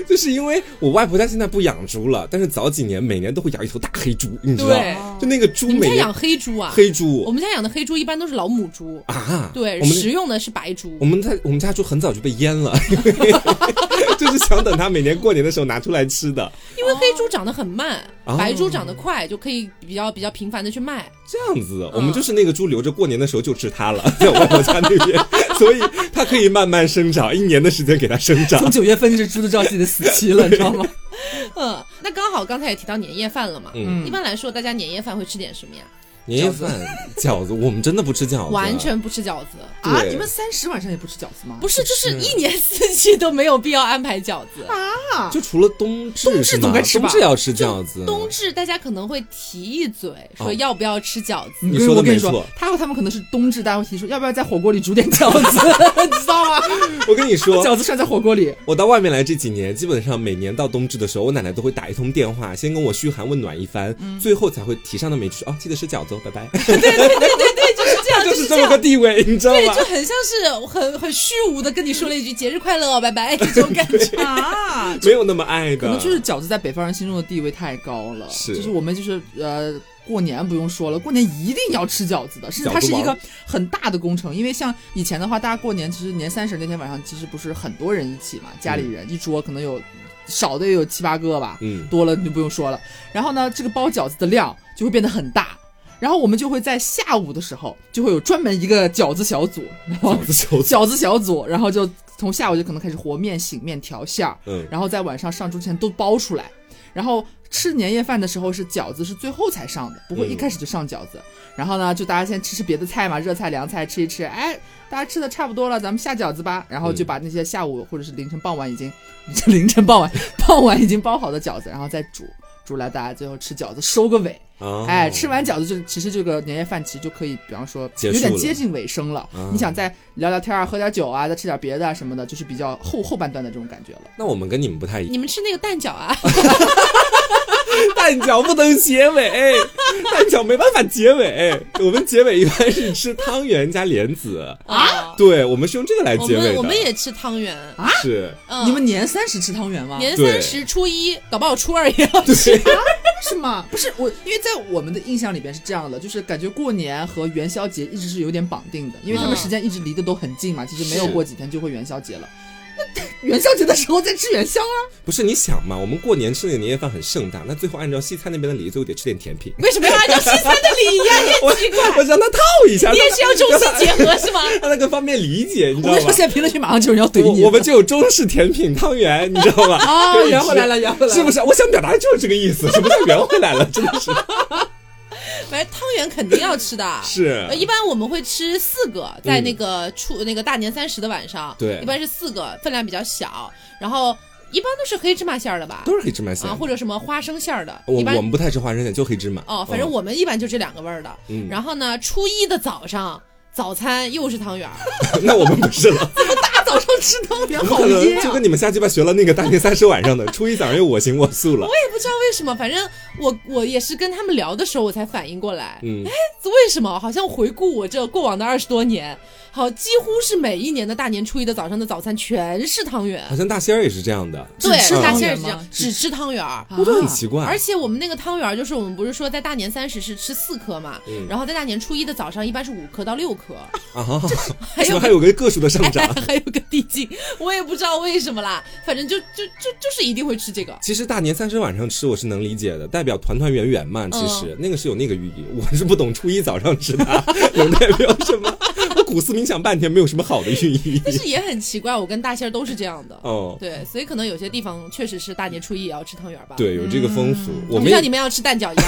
Speaker 2: 就是因为我外婆家现在不养猪了，但是早几年每年都会养一头大黑猪，你知道
Speaker 1: 对，
Speaker 2: 就那个猪
Speaker 1: 你们
Speaker 2: 每
Speaker 1: 家
Speaker 2: 年
Speaker 1: 养黑猪啊？
Speaker 2: 黑
Speaker 1: 我
Speaker 2: 猪
Speaker 1: 们家养的黑猪一般都是老母猪，
Speaker 2: 啊，
Speaker 1: 对，
Speaker 2: 我
Speaker 1: 食
Speaker 2: 们。
Speaker 1: 用的是白猪
Speaker 2: 我。们在我们家猪很早就被阉了，因为 *laughs* 就是想等它每年过年的时候拿出来吃的。
Speaker 1: 因为黑猪长得很慢，
Speaker 2: 哦
Speaker 1: 白猪长得快，就可以比较比较频繁的去卖。
Speaker 2: 这样子，我们就是那个猪留着过年的时候就吃它了， *laughs* 在我外婆家那边，所以它可以慢慢生长，一年的时间给它生长
Speaker 3: 从。九月份那只猪都知道自己的死期了，你知道吗？
Speaker 1: 嗯，那刚好刚才也提到年夜饭了嘛，
Speaker 2: 嗯
Speaker 1: 一般来说大家年夜饭会吃点什么呀？
Speaker 2: 年夜饭、饺子，我们真的不吃饺子，啊
Speaker 1: 完全不吃饺子，
Speaker 3: *laughs* 啊！
Speaker 2: 对
Speaker 3: 你们三十晚上也不吃饺子吗？
Speaker 1: 不是，就是
Speaker 2: 是嗯
Speaker 1: 一年四季都没有必要安排饺
Speaker 2: *laughs*
Speaker 1: 子。
Speaker 3: 啊，
Speaker 2: 就除了冬至，
Speaker 3: 冬至
Speaker 2: 是吗
Speaker 3: 总该吃吧
Speaker 2: 冬至要吃饺子，
Speaker 1: 冬至大家可能会提一嘴，
Speaker 2: 哦
Speaker 1: 说要不要吃饺
Speaker 2: *laughs*
Speaker 1: 子。
Speaker 2: 你
Speaker 3: 跟
Speaker 2: 说的
Speaker 3: 我跟你
Speaker 2: 没
Speaker 3: 说
Speaker 2: 错，
Speaker 3: 他和他们可能是冬至，大家会提出要不要在火锅里煮点饺子， *laughs* 你知道吗？
Speaker 2: 我跟你说， *laughs*
Speaker 3: 饺子涮在火锅里，
Speaker 2: 我到外面来这几年，基本上每年到冬至的时候，我奶奶都会打一通电话，先跟我嘘寒问暖一番，
Speaker 3: 嗯
Speaker 2: 最后才会提上那么一句：“哦，记得吃饺子哦，拜
Speaker 3: *laughs*
Speaker 2: 拜。
Speaker 1: 对对对，就是这样，”
Speaker 2: *laughs* 就
Speaker 1: 就是
Speaker 2: 这么
Speaker 1: 样
Speaker 2: 个。地位，你知道
Speaker 1: 对，
Speaker 2: 吗
Speaker 1: 就？很像是很很虚无的跟你说了一
Speaker 2: *laughs*
Speaker 1: 句“节日快乐哦，拜拜”这种感觉。
Speaker 3: 啊，
Speaker 2: 没有那么爱的，
Speaker 3: 可能就是饺子在北方人心中的地位太高了，
Speaker 2: 是
Speaker 3: 就是我们就是呃。过年不用说了，过年一定要吃饺子的，甚至它
Speaker 2: 饺子
Speaker 3: 是一个
Speaker 2: 王
Speaker 3: 很大的工程。因为像以前的话，大家过年其实年三十那天晚上，其实不是很多人一起嘛，家里人一桌可能有少的也有七八个吧，
Speaker 2: 嗯
Speaker 3: 多了你就不用说了。然后呢，这个包饺子的量就会变得很大，然后我们就会在下午的时候就会有专门一个饺子小组，然后
Speaker 2: 饺子手
Speaker 3: 饺子小组，然后就从下午就可能开始和面、醒面、调馅儿，
Speaker 2: 嗯
Speaker 3: 然后在晚上上桌之前都包出来。然后吃年夜饭的时候是饺子是最后才上的，不会一开始就上饺子。
Speaker 2: 嗯
Speaker 3: 然后呢，就大家先吃吃别的菜嘛，热菜、凉菜吃一吃。哎，大家吃的差不多了，咱们下饺子
Speaker 2: 嗯
Speaker 3: 吧。然后就把那些下午或者是凌晨、傍晚已经 *laughs* 凌晨、傍晚、傍晚已经包好的饺子，然后再煮煮来，大家最后吃饺子收个尾。
Speaker 2: 啊，
Speaker 3: 哎，吃完饺子就其实这个年夜饭其实就可以，比方说
Speaker 2: 结
Speaker 3: 有
Speaker 2: 束
Speaker 3: 点
Speaker 2: 了
Speaker 3: 接近尾声了。
Speaker 2: 嗯
Speaker 3: 你想再聊聊天啊，喝点酒啊，再吃点别的啊什么的，就是比较后后半段的这种感觉了。
Speaker 2: 那我们跟你们不太一样
Speaker 1: *laughs* 你，们吃那个蛋饺啊？
Speaker 2: *laughs* 蛋饺不能结尾，哎蛋饺没办法结尾。哎我们结尾一般是吃汤圆加莲子，
Speaker 1: 啊，
Speaker 2: 对，我们是用这个来
Speaker 1: 我
Speaker 2: 结尾
Speaker 1: 们
Speaker 2: 的。啊
Speaker 1: 我们也吃汤圆。
Speaker 2: 是，
Speaker 1: 嗯，
Speaker 3: 你们年三十吃汤圆吗？
Speaker 1: 年
Speaker 2: 对
Speaker 1: 三十、初一，搞不好初二也要吃。
Speaker 2: 对， *laughs*
Speaker 3: 为什么？不是我，因为在我们的印象里边是这样的，就是感觉过年和元宵节一直是有点绑定的，因为他们
Speaker 1: 嗯
Speaker 3: 时间一直离得都很近嘛，其实没有
Speaker 2: 是
Speaker 3: 过几天就会元宵节了。那元宵节的时候再吃元宵啊？
Speaker 2: 不是你想嘛，我们过年吃那个年夜饭很盛大，那最后按照西餐那边的礼仪，最后得吃点
Speaker 1: *laughs*
Speaker 2: 甜品。
Speaker 1: 为什么要按照西餐的礼仪
Speaker 2: *laughs*
Speaker 1: 啊？
Speaker 2: 我我让他套一下，
Speaker 1: 你也是要中西结合是吗？ *laughs*
Speaker 2: 让他更方便理解，你知道
Speaker 3: 我
Speaker 2: 吗
Speaker 3: 跟你说，？现在评论区马上就有人要怼
Speaker 2: 我
Speaker 3: 你
Speaker 2: 我们就有中式甜品汤圆，你知道吗？
Speaker 1: 哦
Speaker 3: 啊
Speaker 2: 可以吃
Speaker 3: 圆回来了圆回来了
Speaker 2: 是不是？我想表达的就是这个意思，什么叫圆回来了？
Speaker 1: *laughs*
Speaker 2: 真的是
Speaker 1: 反正汤圆肯定要吃的。呃，
Speaker 2: 是，嗯
Speaker 1: 一般我们会吃四个，在那个初、那个大年三十的晚上，
Speaker 2: 对
Speaker 1: 一般是四个，分量比较小，然后一般都是黑芝麻馅儿的吧，
Speaker 2: 都是黑芝麻馅
Speaker 1: 啊，。或者什么花生馅儿的，
Speaker 2: 我
Speaker 1: 一般
Speaker 2: 我们不太吃花生馅，就黑芝麻。
Speaker 1: 哦，反正我们一般就这两个味儿的。
Speaker 2: 嗯
Speaker 1: 然后呢，初一的早上早餐又是汤
Speaker 2: *laughs*
Speaker 1: 圆儿，
Speaker 2: 嗯那我们不
Speaker 1: *laughs*
Speaker 2: 是了，
Speaker 1: 大早上吃汤圆
Speaker 2: 我
Speaker 1: 儿，
Speaker 2: 们
Speaker 1: 好
Speaker 2: 可
Speaker 1: 噎
Speaker 2: 能就
Speaker 1: 啊！
Speaker 2: 跟你们瞎鸡巴学了那个大年三十晚上的，初一早上又我行我素了
Speaker 1: 我。也不知道为什么，反正我我也是跟他们聊的时候，我才反应过来，
Speaker 2: 嗯，
Speaker 1: 为什么好像回顾我这过往的二十多年，好几乎是每一年的大年初一的早上的早餐全是汤圆
Speaker 2: 好，像大仙儿也是这样的，
Speaker 1: 对
Speaker 3: 只吃，
Speaker 1: 大
Speaker 3: 汤
Speaker 1: 仙
Speaker 3: 圆
Speaker 1: 儿是这
Speaker 3: 吗
Speaker 1: 样，只吃汤圆儿。
Speaker 2: 我都很奇怪。
Speaker 1: 而且我们那个汤圆儿，就是我们不是说在大年三十是吃四颗嘛，
Speaker 2: 嗯
Speaker 1: 然后在大年初一的早上一般是五颗到六颗，
Speaker 2: 啊哈，
Speaker 1: 还
Speaker 2: 怎
Speaker 1: 有 *laughs*
Speaker 2: 么还有个个数的上
Speaker 1: 哎
Speaker 2: 涨？
Speaker 1: *laughs* 还有个递进，我也不知道为什么啦，反正就就就就是一定会吃这个。
Speaker 2: 其实大年三十晚上吃我是能理解的，代表团团圆圆
Speaker 1: 嗯
Speaker 2: 嘛。其实、那个是有那个寓意，我是不懂初一早上吃 *laughs* 它能代表什么。我苦思冥想半天，没有什么好的寓意。
Speaker 1: 但是也很奇怪，我跟大仙儿都是这样的，
Speaker 2: 哦，
Speaker 1: 对，所以可能有些地方确实是大年初一也要吃汤圆儿吧。，
Speaker 2: 对，有这个风俗。我
Speaker 1: 嗯不
Speaker 2: 们
Speaker 1: 像
Speaker 2: 也
Speaker 1: 你们要吃蛋饺一样，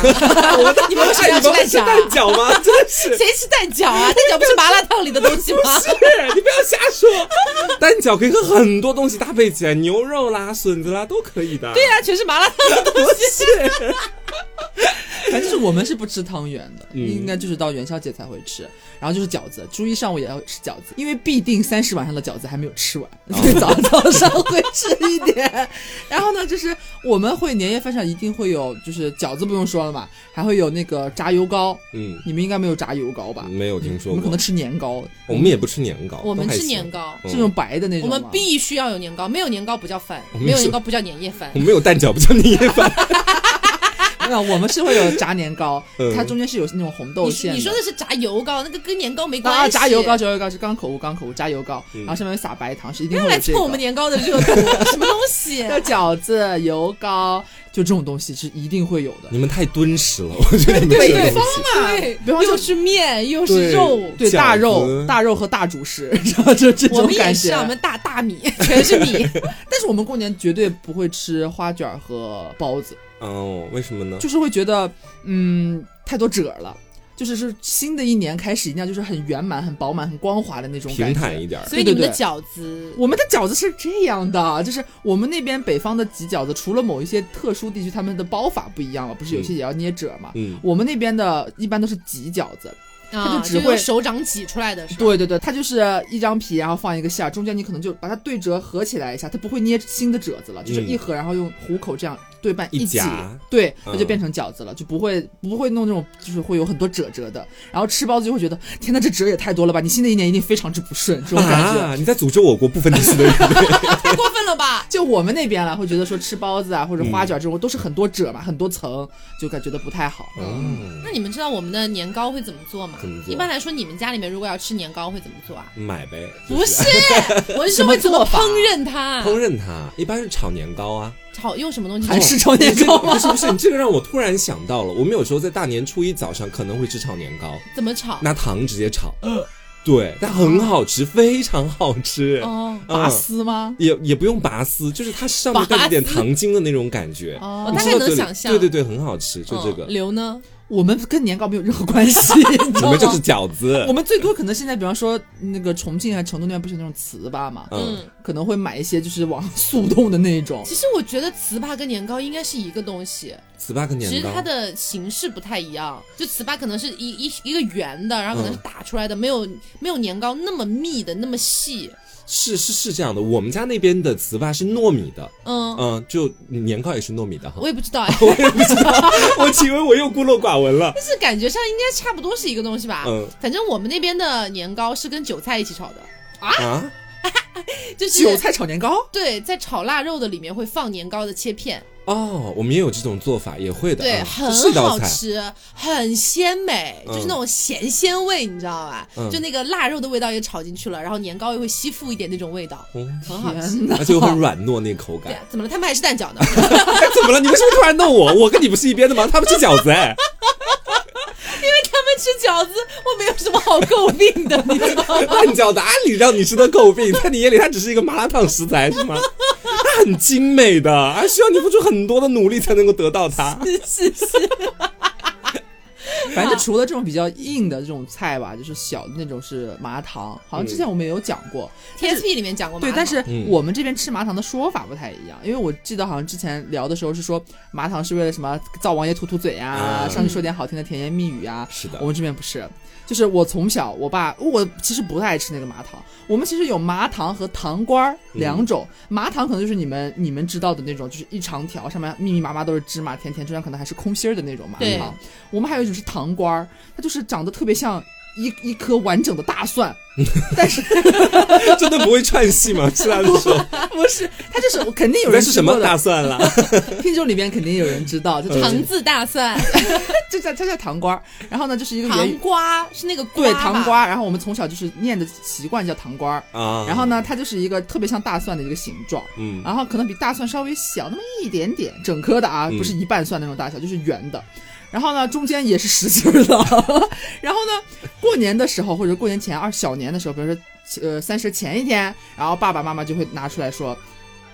Speaker 2: 我
Speaker 1: 你们为什么要
Speaker 2: 哎你们会
Speaker 1: 吃
Speaker 2: 吃
Speaker 1: 蛋饺啊
Speaker 2: 蛋饺吗？真的是。
Speaker 1: 谁吃蛋饺啊？蛋饺不是麻辣烫里的东西吗？
Speaker 2: 是你不要瞎说， *laughs* 蛋饺可以和很多东西搭配起来，牛肉啦、笋子啦都可以的。
Speaker 1: 对呀、全是麻辣烫的东西。
Speaker 3: 反正就是我们是不吃汤圆的，
Speaker 2: 嗯
Speaker 3: 应该就是到元宵节才会吃，然后就是饺子，初一上午也要吃饺子，因为必定三十晚上的饺子还没有吃完，
Speaker 2: 哦
Speaker 3: 所以早早上会吃一点。 *laughs* 然后呢，就是我们会年夜饭上一定会有，就是饺子不用说了嘛，还会有那个炸油糕，
Speaker 2: 嗯，
Speaker 3: 你们应该没有炸油糕吧？
Speaker 2: 没有听说
Speaker 3: 我们可
Speaker 2: 过
Speaker 3: 能。吃年糕，
Speaker 2: 我们也不吃年糕，
Speaker 1: 我们
Speaker 2: 都还
Speaker 1: 吃
Speaker 2: 行
Speaker 1: 年糕
Speaker 2: 嗯
Speaker 3: 是那种白的那
Speaker 1: 我
Speaker 3: 种吗。
Speaker 1: 们必须要有年糕，没有年糕不叫饭，
Speaker 2: 我们
Speaker 1: 没有
Speaker 2: 是
Speaker 1: 年糕不叫年夜饭
Speaker 2: 我。们没有蛋饺，不叫年夜
Speaker 1: *laughs*
Speaker 2: 饭。
Speaker 3: 没有，我们是会有炸年糕
Speaker 2: *laughs* 嗯，
Speaker 3: 它中间是有那种红豆
Speaker 1: 你说
Speaker 3: 馅的。
Speaker 1: 你说的是炸油糕，那个跟年糕没关系。
Speaker 3: 啊，炸油糕，炸油糕是刚口误，刚口误，炸油糕，
Speaker 2: 嗯
Speaker 3: 然后上面撒白糖，是一
Speaker 1: 不
Speaker 3: 定
Speaker 1: 要
Speaker 3: 会有
Speaker 1: 来
Speaker 3: 这
Speaker 1: 蹭
Speaker 3: 个。
Speaker 1: 我们年糕的热度，什么东西？
Speaker 3: 要饺子、油糕，就这种东西是一定会有的。
Speaker 2: 你们太敦实了，我觉得你们这个
Speaker 1: 北
Speaker 2: 东
Speaker 1: 方
Speaker 2: 西。
Speaker 1: 嘛，
Speaker 3: 比方说
Speaker 1: 又是面又是
Speaker 2: 对
Speaker 1: 肉。
Speaker 3: 对，
Speaker 2: 饺子
Speaker 3: 大肉、大肉和大主食，然后就这
Speaker 1: 我
Speaker 3: 种
Speaker 1: 们也
Speaker 3: 感
Speaker 1: 是
Speaker 3: 觉
Speaker 1: 啊，。我们大大米，全是米。
Speaker 3: 但是我们过年绝对不会吃花卷和包子，
Speaker 2: 哦，为什么呢？
Speaker 3: 就是会觉得，嗯，太多褶了。就是是新的一年开始，一定要就是很圆满、很饱满、很光滑的那种
Speaker 2: 平
Speaker 3: 感觉。
Speaker 2: 坦一点儿。
Speaker 1: 所以你们
Speaker 3: 对对
Speaker 1: 的
Speaker 3: 对
Speaker 1: 饺子
Speaker 3: 我们的饺子是这样的，就是我们那边北方的挤饺子，除了某一些特殊地区，他们的包法不一样了，不是有些也要捏褶嘛？
Speaker 2: 嗯，
Speaker 3: 我们那边的一般都是挤饺子，
Speaker 1: 啊，
Speaker 3: 就只
Speaker 1: 用
Speaker 3: 会
Speaker 1: 手掌挤出来的是吧？
Speaker 3: 对对对，它就是一张皮，然后放一个馅儿，中间你可能就把它对折合起来一下，它不会捏新的褶子了，就是
Speaker 2: 嗯
Speaker 3: 一盒，然后用虎口这样对半
Speaker 2: 一
Speaker 3: 挤
Speaker 2: 夹，
Speaker 3: 对，
Speaker 2: 嗯
Speaker 3: 它就变成饺子了，就不会不会弄那种就是会有很多褶褶的，然后吃包子就会觉得天呐，这褶也太多了吧，你新的一年一定非常之不顺这种感觉。
Speaker 2: 啊，你在诅咒我国不分地区的人，
Speaker 1: *laughs* 太过分了
Speaker 2: *laughs*
Speaker 1: 吧？
Speaker 3: 就我们那边了，会觉得说吃包子啊或者花卷这种、都是很多褶嘛，很多层，就感觉得不太好。
Speaker 2: 哦，
Speaker 1: 那你们知道我们的年糕会怎么做吗
Speaker 2: 怎么？做
Speaker 1: 一般来说，你们家里面如果要吃年糕会怎么做啊？
Speaker 2: 买呗，就
Speaker 1: 不是，我是说会怎么烹饪它？
Speaker 2: 烹饪它，一般是炒年糕啊。
Speaker 1: 炒用什么东西？
Speaker 3: 韩式炒年糕
Speaker 2: 不
Speaker 3: 吗？
Speaker 2: 是不是，你这个让我突然想到了，我们有时候在大年初一早上可能会吃炒年糕，
Speaker 1: 怎么炒？
Speaker 2: 拿糖直接炒，
Speaker 1: 嗯
Speaker 2: 对，但很好吃，非常好吃，
Speaker 1: 哦
Speaker 3: 拔
Speaker 2: 嗯，
Speaker 3: 丝吗？
Speaker 2: 也也不用拔丝，就是它上面带着点糖精的那种感觉，
Speaker 3: 哦
Speaker 1: 我
Speaker 2: 你
Speaker 1: 大
Speaker 2: 吃
Speaker 1: 概
Speaker 2: 到嘴
Speaker 1: 能
Speaker 2: 里
Speaker 1: 想象。
Speaker 2: 对对对，很好吃，就这
Speaker 1: 嗯
Speaker 2: 个，
Speaker 1: 刘呢？
Speaker 3: 我们跟年糕没有任何关系，你知
Speaker 2: 我
Speaker 3: 道
Speaker 2: 们就
Speaker 3: 吗
Speaker 2: 是？饺
Speaker 1: *laughs*
Speaker 2: 子
Speaker 3: *laughs* 我，们最多可能现在，比方说那个重庆啊、成都那边不是有那种糍粑嘛，
Speaker 2: 嗯，
Speaker 1: 嗯，
Speaker 3: 可能会买一些就是网上速冻的
Speaker 1: *laughs*
Speaker 3: 那种。
Speaker 1: 其实我觉得糍粑跟年糕应该是一个东西，
Speaker 2: 糍粑跟
Speaker 1: 只是
Speaker 2: 年
Speaker 1: 它
Speaker 2: 糕，
Speaker 1: 的形式不太一样。就糍粑可能是一一一个圆的，然后可
Speaker 2: 嗯
Speaker 1: 能是打出来的，没有没有年糕那么密的那么细。
Speaker 2: 是是是这样的，我们家那边的糍粑是糯米的，
Speaker 1: 嗯，
Speaker 2: 嗯，就年糕也是糯米的哈
Speaker 1: 我。也不知道
Speaker 2: *laughs*
Speaker 1: 哎，
Speaker 2: 我也不知道， *laughs* 我请问我又孤陋寡闻
Speaker 1: *laughs*
Speaker 2: 了。
Speaker 1: 但是感觉上应该差不多是一个东西吧。
Speaker 2: 嗯
Speaker 1: 反正我们那边的年糕是跟韭菜一起炒的，
Speaker 2: 啊，
Speaker 1: 就是
Speaker 3: 韭菜炒年糕，
Speaker 1: 对，在炒腊肉的里面会放年糕的切片，
Speaker 2: 哦，我们也有这种做法，也会的，
Speaker 1: 对，
Speaker 2: 嗯这是一
Speaker 1: 很
Speaker 2: 道
Speaker 1: 好
Speaker 2: 菜。
Speaker 1: 吃，很鲜美，
Speaker 2: 嗯
Speaker 1: 就是那种咸鲜味，你知道吧？
Speaker 2: 嗯
Speaker 1: 就那个腊肉的味道也炒进去了，然后年糕又会吸附一点那种味道，
Speaker 2: 哦
Speaker 1: 很好吃。
Speaker 3: 天哪！
Speaker 2: 而且又很软糯那口
Speaker 1: 对
Speaker 2: 感
Speaker 1: 啊。，怎么了？他们还是蛋饺呢。 *laughs*
Speaker 2: 哎，怎么了？你为什么突然弄我？我跟你不是一边的吗？他们吃饺子
Speaker 3: *laughs*
Speaker 2: 哎。
Speaker 1: 他们吃饺子，我没有什么好诟病的，你知道
Speaker 3: *laughs*
Speaker 1: 吗？
Speaker 2: 那你饺子哪里让你吃的诟病？在你眼里，它只是一个麻辣烫食材是吗？它很精美的，啊，需要你付出很多的努力才能够得到它。
Speaker 1: 是是，
Speaker 3: *laughs* 反正除了这种比较硬的这种菜吧，就是小的那种是麻糖，好像之前我们也有讲过。
Speaker 1: ，TSP 里面讲过麻
Speaker 3: 对，
Speaker 1: 糖
Speaker 3: 但是
Speaker 2: 嗯
Speaker 3: 我们这边吃麻糖的说法不太一样，因为我记得好像之前聊的时候是说麻糖是为了什么造王爷吐吐嘴呀、
Speaker 2: 啊
Speaker 3: 上去说点好听的甜言蜜语啊，
Speaker 2: 是的
Speaker 3: 我，们这边不是，就是我从小我爸我其实不太爱吃那个麻糖，我们其实有麻糖和糖瓜儿两种，
Speaker 2: 嗯
Speaker 3: 麻糖可能就是你们你们知道的那种，就是一长条上面密密麻麻都是芝麻，甜甜，中间可能还是空心儿的那种麻
Speaker 1: 对
Speaker 3: 糖。我们还有一种是糖瓜儿，它就是长得特别像。一一颗完整的大
Speaker 2: *laughs*
Speaker 3: 蒜，但是
Speaker 2: 真的不会串戏吗？吃饭的时候，
Speaker 3: 啊不是它就是我肯 *laughs* 定有
Speaker 2: 那
Speaker 3: 人
Speaker 2: 是
Speaker 3: 吃
Speaker 2: 什么
Speaker 3: 过的
Speaker 2: 大蒜
Speaker 3: *laughs*
Speaker 2: 啦？
Speaker 1: *laughs*
Speaker 3: 听众里边肯定有人知道，就
Speaker 1: 糖
Speaker 3: 糖
Speaker 1: 渍大蒜、
Speaker 3: 就叫它叫糖瓜儿，然后呢 *laughs* 就是一个圆
Speaker 1: 糖瓜是那个瓜
Speaker 3: 对糖
Speaker 1: 吧，
Speaker 3: 瓜，然后我们从小就是念的习惯叫糖瓜儿，
Speaker 1: 嗯
Speaker 2: 啊，
Speaker 3: 然后呢，啊它就是一个特别像大蒜的一个形状，
Speaker 2: 嗯，
Speaker 3: 然后可能比大蒜稍微小那么一点点，整颗的啊，
Speaker 2: 嗯
Speaker 3: 不是一半蒜那种大小，就是圆的。然后呢，中间也是实心儿的。 *laughs* 然后呢，过年的时候或者过年前二小年的时候，比如说呃三十前一天，然后爸爸妈妈就会拿出来说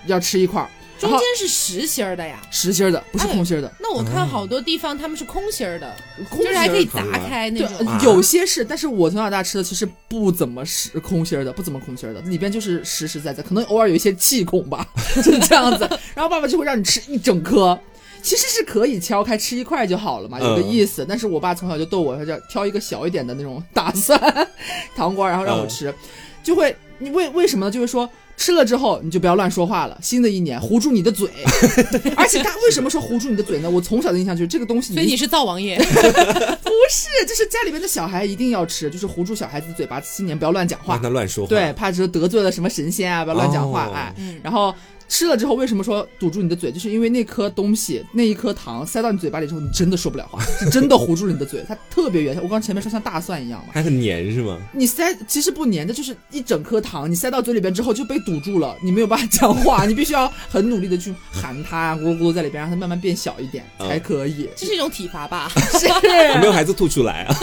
Speaker 3: 要吃一块儿，
Speaker 1: 中
Speaker 3: 然后
Speaker 1: 间是实心儿的呀。
Speaker 3: 实心儿的，不是
Speaker 1: 哎
Speaker 3: 空心儿的。
Speaker 1: 那我看好多地方他们是空心儿的，
Speaker 3: 嗯空
Speaker 1: 就是
Speaker 3: 心
Speaker 1: 还
Speaker 3: 儿
Speaker 1: 可以
Speaker 2: 糖
Speaker 1: 砸
Speaker 2: 瓜
Speaker 1: 开那
Speaker 3: 对，
Speaker 1: 种。
Speaker 2: 啊
Speaker 3: 呃有些是，但是我从小到大吃的其实不怎么是空心儿的，不怎么空心儿的，里边就是实实在在，可能偶尔有一些气孔吧， *laughs* 就是这样子。然后爸爸就会让你吃一整颗，其实是可以敲开吃一块就好了嘛，有个
Speaker 2: 嗯
Speaker 3: 意思。但是我爸从小就逗我，他叫挑一个小一点的那种大蒜 *laughs* 糖瓜，然后让我
Speaker 2: 嗯
Speaker 3: 吃，就会你为为什么呢？就会说。吃了之后你就不要乱说话了。新的一年糊住你的嘴， *laughs* 而且他为什么说糊住你的嘴呢？我从小的印象就是这个东西，
Speaker 1: 所以你是灶王
Speaker 3: *laughs*
Speaker 1: 爷，
Speaker 3: 不是，就是家里面的小孩一定要吃，就是糊住小孩子的嘴巴，新年不要乱讲话
Speaker 2: 让，他乱说话。
Speaker 3: 对，，怕就是得罪了什么神仙啊，不要乱讲话，
Speaker 2: 哦
Speaker 3: 哎，
Speaker 1: 嗯
Speaker 3: 然后。吃了之后，为什么说堵住你的嘴？就是因为那颗东西，那一颗糖塞到你嘴巴里之后，你真的说不了话，是真的糊住了你的嘴，它特别圆。我刚前面说像大蒜
Speaker 2: *laughs*
Speaker 3: 一样嘛，
Speaker 2: 还很黏是吗？
Speaker 3: 你塞其实不粘的，就是一整颗糖，你塞到嘴里边之后就被堵住了，你没有办法讲话，你必须要很努力的去含它啊，咕噜咕噜在里边，让它慢慢变小一点
Speaker 2: 嗯
Speaker 3: 才可以。
Speaker 1: 这是一种体罚吧？
Speaker 3: 是，
Speaker 2: 有没有孩子吐出来啊？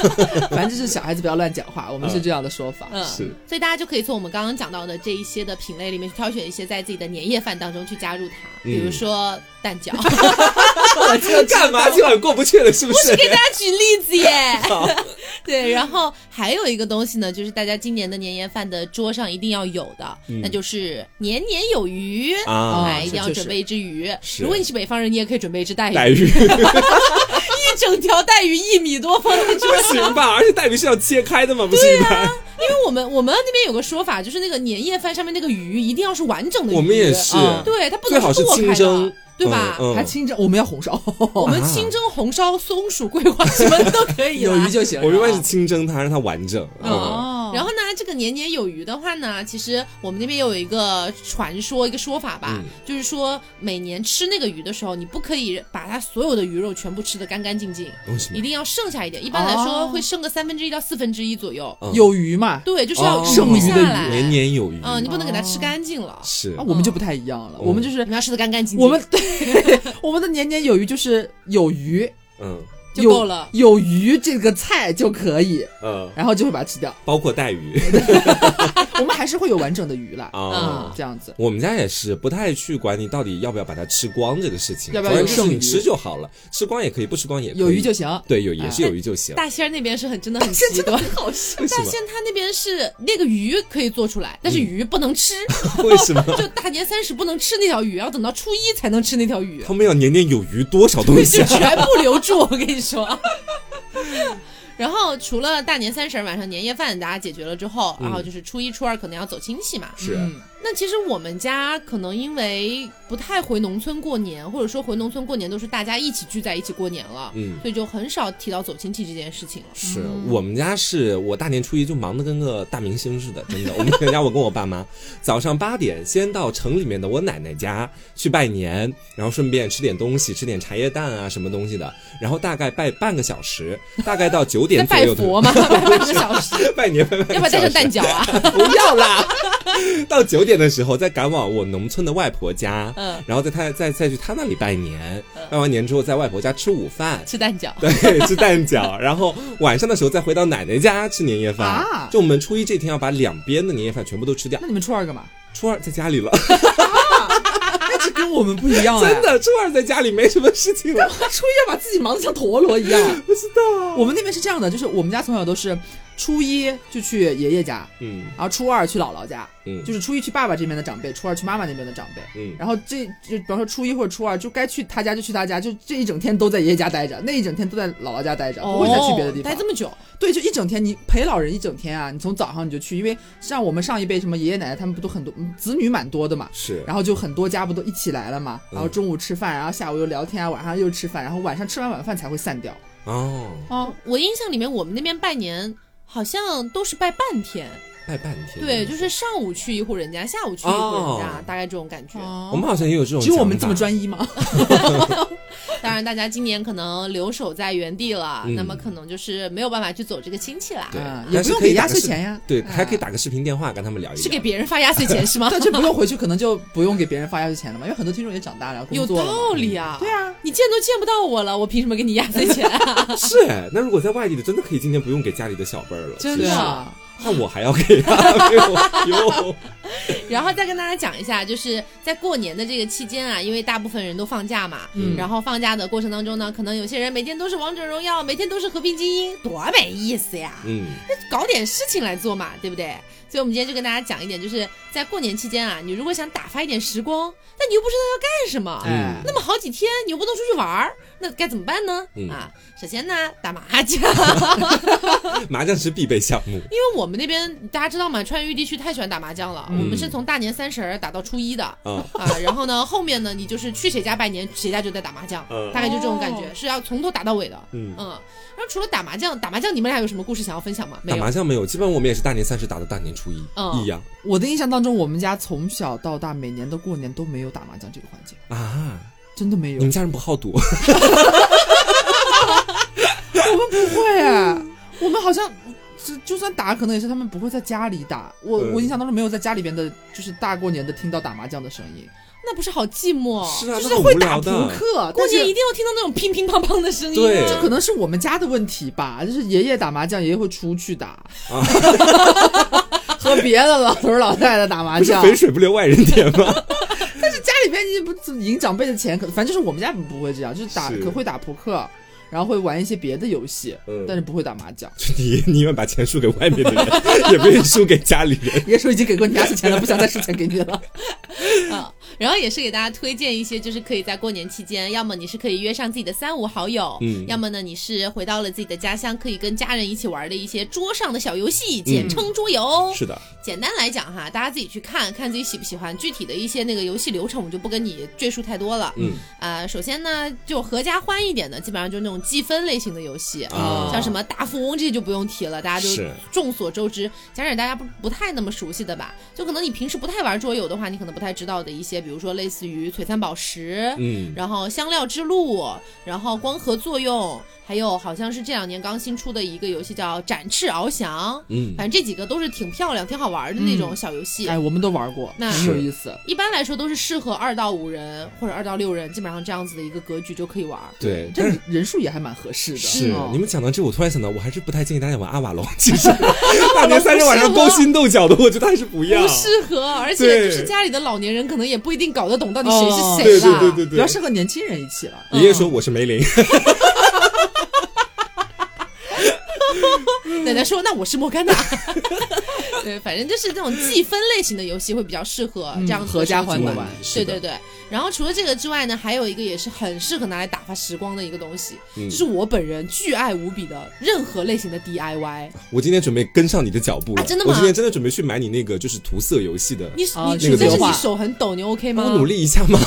Speaker 3: 反正就是小孩子不要乱讲话，我们是这样的说法。
Speaker 1: 嗯，
Speaker 2: 是
Speaker 1: 所以大家就可以从我们刚刚讲到的这一些的品类里面去挑选一些在自己的年夜饭饭当中去加入它，比如
Speaker 2: 嗯
Speaker 1: 说蛋
Speaker 3: *laughs*
Speaker 1: 饺。
Speaker 2: *laughs* 干嘛今晚过不去了？是不是？
Speaker 1: 给大家举例子耶
Speaker 2: 好。
Speaker 1: *laughs* 对，然后还有一个东西呢，就是大家今年的年夜饭的桌上一定要有的，
Speaker 2: 嗯
Speaker 1: 那就是年年有余。
Speaker 2: 啊，
Speaker 1: 哎，一定要
Speaker 3: 这确实
Speaker 1: 准备一只鱼。
Speaker 2: 是
Speaker 1: 如果你是北方人，你也可以准备一只带鱼，
Speaker 2: 带鱼
Speaker 1: 一整条带鱼一米多放在桌
Speaker 2: *laughs* 不行吧？而且带鱼是要切开的吗？不行吧？
Speaker 1: 因为我们我们那边有个说法，就是那个年夜饭上面那个鱼一定要是完整的鱼，
Speaker 2: 我们也是
Speaker 3: 嗯
Speaker 1: 对，它不
Speaker 2: 最
Speaker 1: 能
Speaker 2: 好是
Speaker 1: 剁
Speaker 2: 清
Speaker 1: 开
Speaker 2: 蒸
Speaker 1: 的，，对吧？
Speaker 2: 嗯嗯啊
Speaker 3: 还清蒸，我们要红烧，
Speaker 1: 我们清蒸、红烧、松鼠、桂花什么都可以
Speaker 2: *laughs*
Speaker 3: 有
Speaker 1: 了。
Speaker 3: 鱼就行了。
Speaker 2: 我一般是清蒸它，让它完整。嗯，
Speaker 3: 哦，
Speaker 1: 然后呢，这个年年有余的话呢，其实我们那边有一个传说，一个说法吧，
Speaker 2: 嗯
Speaker 1: 就是说每年吃那个鱼的时候，你不可以把它所有的鱼肉全部吃的干干净净，
Speaker 2: 为什么
Speaker 1: 一？定要剩下一点。一般来说
Speaker 3: 哦
Speaker 1: 会剩个三分之一到四分之一左右。
Speaker 2: 嗯
Speaker 3: 有鱼嘛，
Speaker 1: 对，就是要
Speaker 2: 哦
Speaker 1: 剩下来。
Speaker 2: 年年有余。
Speaker 1: 嗯，你不能给它吃
Speaker 3: 哦
Speaker 1: 干净了，
Speaker 2: 是
Speaker 3: 啊，我们就不太一样了，
Speaker 2: 嗯
Speaker 3: 我们就是
Speaker 1: 你要吃的干干净净。
Speaker 3: 我们对我们的年年有余就是有鱼，
Speaker 2: 嗯
Speaker 1: 就
Speaker 3: 有
Speaker 1: 够了
Speaker 3: 有鱼这个菜就可以，
Speaker 2: 呃，
Speaker 3: 然后就会把它吃掉。
Speaker 2: 包括带鱼
Speaker 3: 嗯
Speaker 2: *laughs*
Speaker 3: 我们还是会有完整的鱼啦，
Speaker 2: 啊。
Speaker 3: 这样子。
Speaker 2: 我们家也是不太去管你到底要不要把它吃光这个事情，
Speaker 3: 要不要有
Speaker 2: 反正就是
Speaker 3: 剩
Speaker 2: 你
Speaker 3: 余
Speaker 2: 吃就好了，吃光也可以，不吃光也可以。哦
Speaker 3: 有鱼就行。
Speaker 2: 对，有也是
Speaker 3: 哎
Speaker 2: 有鱼就行。
Speaker 1: 大仙儿那边是很真的很极端，好笑。
Speaker 2: *laughs* 为什
Speaker 1: 大
Speaker 2: 么
Speaker 1: 仙他那边是那个鱼可以做出来，
Speaker 3: 嗯
Speaker 1: 但是鱼不能吃，
Speaker 2: 为什么？ *laughs*
Speaker 1: 就大年三十不能吃那条鱼，要等到初一才能吃那条鱼，
Speaker 2: 他们要年年有余多少东
Speaker 1: 就
Speaker 3: *laughs*
Speaker 2: 西啊？
Speaker 1: 全部留住。我跟你说。 *laughs* 然后除了大年三十晚上年夜饭大家解决了之后，然后就是初一初二可能要走亲戚嘛。
Speaker 2: 是
Speaker 3: 嗯
Speaker 1: 那其实我们家可能因为不太回农村过年，或者说回农村过年都是大家一起聚在一起过年了，
Speaker 2: 嗯
Speaker 1: 所以就很少提到走亲戚这件事情了。
Speaker 2: 是我们家是我大年初一就忙得跟个大明星似的，真的。我们全家我跟我爸妈早上八点先到城里面的我奶奶家去拜年，然后顺便吃点东西，吃点茶叶蛋啊什么东西的，然后大概拜半个小时，大概到九
Speaker 1: 在
Speaker 2: 点左
Speaker 1: 拜
Speaker 2: 右的
Speaker 1: 佛嘛，
Speaker 2: *laughs*
Speaker 1: 拜半个小时，
Speaker 2: 拜年拜半个
Speaker 1: 要不要带上
Speaker 2: 小时
Speaker 1: 蛋。饺啊？
Speaker 2: 不要啦！到九点的时候再赶往我农村的外婆家，
Speaker 1: 嗯
Speaker 2: 然后在她再再去她那里拜年，拜完年之后在外婆家吃午饭，
Speaker 1: *laughs* 吃蛋饺。
Speaker 2: *laughs* 对，吃蛋饺，然后晚上的时候再回到奶奶家吃年夜饭。
Speaker 3: 啊
Speaker 2: 就我们初一这天要把两边的年夜饭全部都吃掉
Speaker 3: 那，你们初二干嘛？
Speaker 2: 初二在家里了，
Speaker 3: 那这跟我们不一样
Speaker 2: *laughs*
Speaker 3: 哎
Speaker 2: 真，的，初二在家里没什么事情了，
Speaker 3: 初一要把自己忙得像陀螺一样。啊
Speaker 2: 不知道。
Speaker 3: 我们那边是这样的，就是我们家从小都是初一就去爷爷家，
Speaker 2: 嗯
Speaker 3: 然后初二去姥姥家，
Speaker 2: 嗯，
Speaker 3: 就是初一去爸爸这边的长辈，初二去妈妈那边的长辈。
Speaker 2: 嗯
Speaker 3: 然后这就比方说初一或者初二，就该去他家就去他家，就这一整天都在爷爷家待着，那一整天都在姥姥家哦待着，不会再去别的地方。
Speaker 1: 待这么久，
Speaker 3: 对，就一整天，你陪老人一整天啊，你从早上你就去，因为像我们上一辈什么爷爷奶奶他们不都很多嗯子女蛮多的嘛，
Speaker 2: 是
Speaker 3: 然后就很多家不都一起来了嘛，然后
Speaker 2: 嗯
Speaker 3: 中午吃饭，然后下午又聊天啊，晚上又吃饭，然后晚上吃完晚饭才会散掉。
Speaker 2: 哦，
Speaker 3: 哦，
Speaker 1: 我印象里面我们那边拜年。好像都是拜半天，
Speaker 2: 拜半天。
Speaker 1: 对，就是上午去一户人家，下午去一户人家，
Speaker 2: 哦
Speaker 1: 大概这种感觉。
Speaker 3: 哦
Speaker 2: 我们好像也有这种想法，
Speaker 3: 只有我们这么专一吗？
Speaker 1: 当然，大家今年可能留守在原地了，
Speaker 2: 嗯
Speaker 1: 那么可能就是没有办法去走这个亲戚啦，
Speaker 2: 对
Speaker 3: 啊，也
Speaker 2: 但
Speaker 3: 不
Speaker 2: 是
Speaker 3: 用
Speaker 2: 可以
Speaker 3: 给
Speaker 2: 打
Speaker 3: 压
Speaker 2: 个
Speaker 3: 岁
Speaker 2: 视
Speaker 3: 钱呀，
Speaker 2: 对，还可以打个视频电话跟他们聊一聊。
Speaker 1: 是给别人发压岁钱
Speaker 2: *laughs*
Speaker 1: 是吗？
Speaker 3: *laughs* 但这不用回去，可能就不用给别人发压岁钱了嘛，因为很多听众也长大了，
Speaker 1: 有
Speaker 3: 工作了嘛
Speaker 1: 道理啊！
Speaker 3: 对啊，
Speaker 1: 你见都见不到我了，我凭什么给你压岁
Speaker 2: *laughs*
Speaker 1: 钱、啊？
Speaker 2: 是，那如果在外地的，真的可以今天不用给家里的小辈儿了。
Speaker 1: 真
Speaker 2: 其
Speaker 3: 对
Speaker 2: 实
Speaker 3: 啊，
Speaker 2: 那我还要给他， *laughs* 给我哟。
Speaker 1: 然后再跟大家讲一下，就是在过年的这个期间啊，因为大部分人都放假嘛，
Speaker 3: 嗯
Speaker 1: 然后放假的过程当中呢，可能有些人每天都是王者荣耀，每天都是和平精英，多没意思呀！
Speaker 2: 嗯，
Speaker 1: 搞点事情来做嘛，对不对？所以我们今天就跟大家讲一点，就是在过年期间啊，你如果想打发一点时光，但你又不知道要干什么，
Speaker 2: 嗯
Speaker 3: 哎
Speaker 1: 那么好几天你又不能出去玩儿，那该怎么办呢？
Speaker 2: 嗯
Speaker 1: 啊，首先呢，打麻将，
Speaker 2: 嗯麻将是必备项目。
Speaker 1: 因为我们那边大家知道嘛，川渝地区太喜欢打麻将了，
Speaker 3: 嗯
Speaker 1: 我们是从大年三十儿打到初一的。
Speaker 2: 啊， *laughs*
Speaker 1: 啊，然后呢，后面呢，你就是去谁家拜年，谁家就在打麻将，
Speaker 2: 嗯
Speaker 1: 大概就这种感觉，
Speaker 3: 哦
Speaker 1: 是要从头打到尾的。
Speaker 2: 嗯，
Speaker 1: 嗯，然后除了打麻将，打麻将你们俩有什么故事想要分享吗？没
Speaker 2: 打
Speaker 1: 有
Speaker 2: 麻。将没有，基本我们也是大年三十打到大年初一，
Speaker 1: 嗯
Speaker 2: 一样
Speaker 3: 我的印象当中，我们家从小到大每年的过年都没有打麻将这个环节，
Speaker 2: 啊。
Speaker 3: 真的没有
Speaker 2: 你。们家人不好赌，
Speaker 3: 不会哎，
Speaker 1: 嗯
Speaker 3: 我们好像就就算打，可能也是他们不会在家里打。我、
Speaker 2: 嗯
Speaker 3: 我印象当中没有在家里边的，就是大过年的听到打麻将的声音，
Speaker 1: 那不是好寂寞？
Speaker 2: 是啊，
Speaker 3: 就
Speaker 2: 那
Speaker 3: 是
Speaker 2: 很
Speaker 3: 会
Speaker 2: 无
Speaker 3: 打
Speaker 2: 聊
Speaker 3: 扑
Speaker 2: 的。
Speaker 3: 克。
Speaker 1: 过年
Speaker 3: 但
Speaker 1: 一
Speaker 3: 是
Speaker 1: 定要听到那种乒乒乓乓的声音、啊
Speaker 2: 对
Speaker 3: 这可能是我们家的问题吧，就是爷爷打麻将，爷爷会出去打，
Speaker 2: 啊
Speaker 3: *laughs* 和别的老头儿老太太打麻
Speaker 2: 不是
Speaker 3: 将。
Speaker 1: 啊
Speaker 2: 肥水不流外人田吗？ *laughs*
Speaker 3: 但是家你不赢长辈的钱，可反正就是我们家不会这样，就是打
Speaker 2: 是
Speaker 3: 可会打扑克，然后会玩一些别的游戏，
Speaker 2: 嗯
Speaker 3: 但是不会打麻将。
Speaker 2: 你你宁愿把钱输给外面的人，也不愿意输给家里
Speaker 1: *laughs*
Speaker 2: 人。
Speaker 3: 爷说已经给过你压岁钱了，不想再输钱给你
Speaker 2: *laughs*
Speaker 3: 了。
Speaker 1: 啊，然后也是给大家推荐一些，就是可以在过年期间，要么你是可以约上自己的三五好友，
Speaker 2: 嗯
Speaker 1: 要么呢你是回到了自己的家乡，可以跟家人一起玩的一些桌上的小游戏，简称桌游。
Speaker 2: 嗯是的，
Speaker 1: 简单来讲哈，大家自己去看看自己喜不喜欢，具体的一些那个游戏流程我就不跟你赘述太多了。
Speaker 2: 嗯，
Speaker 1: 呃，首先呢，就合家欢一点的，基本上就是那种积分类型的游戏。
Speaker 2: 啊
Speaker 1: 像什么大富翁这些就不用提了，大家就是众所周知。讲点大家不不太那么熟悉的吧，就可能你平时不太玩桌游的话，你可能不太知道的一些，比如说类似于璀璨宝石，
Speaker 2: 嗯，
Speaker 1: 然后香料之路，然后光合作用，还有好像是这两年刚新出的一个游戏叫展翅翱翔，
Speaker 2: 嗯
Speaker 1: 反正这几个都是挺漂亮、挺好玩的那种小游戏。
Speaker 3: 哎，我们都玩过，
Speaker 1: 那
Speaker 3: 很有意思。
Speaker 1: 一般来说都是适合二到五人或者二到六人，基本上这样子的一个格局就可以玩。
Speaker 2: 对，
Speaker 3: 这
Speaker 2: 但是。
Speaker 3: 人数也还蛮合适的。
Speaker 2: 是
Speaker 1: 哦
Speaker 3: 嗯
Speaker 2: 你们讲到这，我突然想到，我还是不太建议大家玩阿瓦
Speaker 1: *laughs*
Speaker 2: 隆。其实大年三十晚上勾心斗角的，我觉得还是不要
Speaker 1: 不。适合，而且就是家里的老年人可能也不一定搞得懂到底谁是
Speaker 3: 哦
Speaker 1: 谁
Speaker 2: 对
Speaker 1: 吧。
Speaker 2: 对对对
Speaker 3: 比
Speaker 2: 对
Speaker 3: 较，适合年轻人一起了。
Speaker 1: 嗯
Speaker 2: 爷爷说我是梅林，
Speaker 1: 奶奶说：“那我是莫甘娜。” *laughs* 对，反正就是这种积分类型的游戏会比较适合这样子的
Speaker 3: 合家欢
Speaker 1: 手机
Speaker 3: 乐
Speaker 1: 玩
Speaker 3: 玩。
Speaker 2: 是
Speaker 1: 对
Speaker 2: 的
Speaker 1: 对对，然后除了这个之外呢，还有一个也是很适合拿来打发时光的一个东西，
Speaker 2: 嗯
Speaker 1: 就是我本人巨爱无比的任何类型的 DIY。
Speaker 2: 我今天准备跟上你的脚步了。
Speaker 1: 啊真的
Speaker 2: 我
Speaker 1: 吗
Speaker 2: 今天真的准备去买你那个就是涂色游戏的，
Speaker 1: 你、
Speaker 3: 哦
Speaker 1: 你除
Speaker 3: 这
Speaker 2: 啊个
Speaker 1: 非是
Speaker 2: 文
Speaker 1: 你
Speaker 3: 化
Speaker 1: 手很抖，你 OK 吗？
Speaker 2: 帮我努力一下嘛。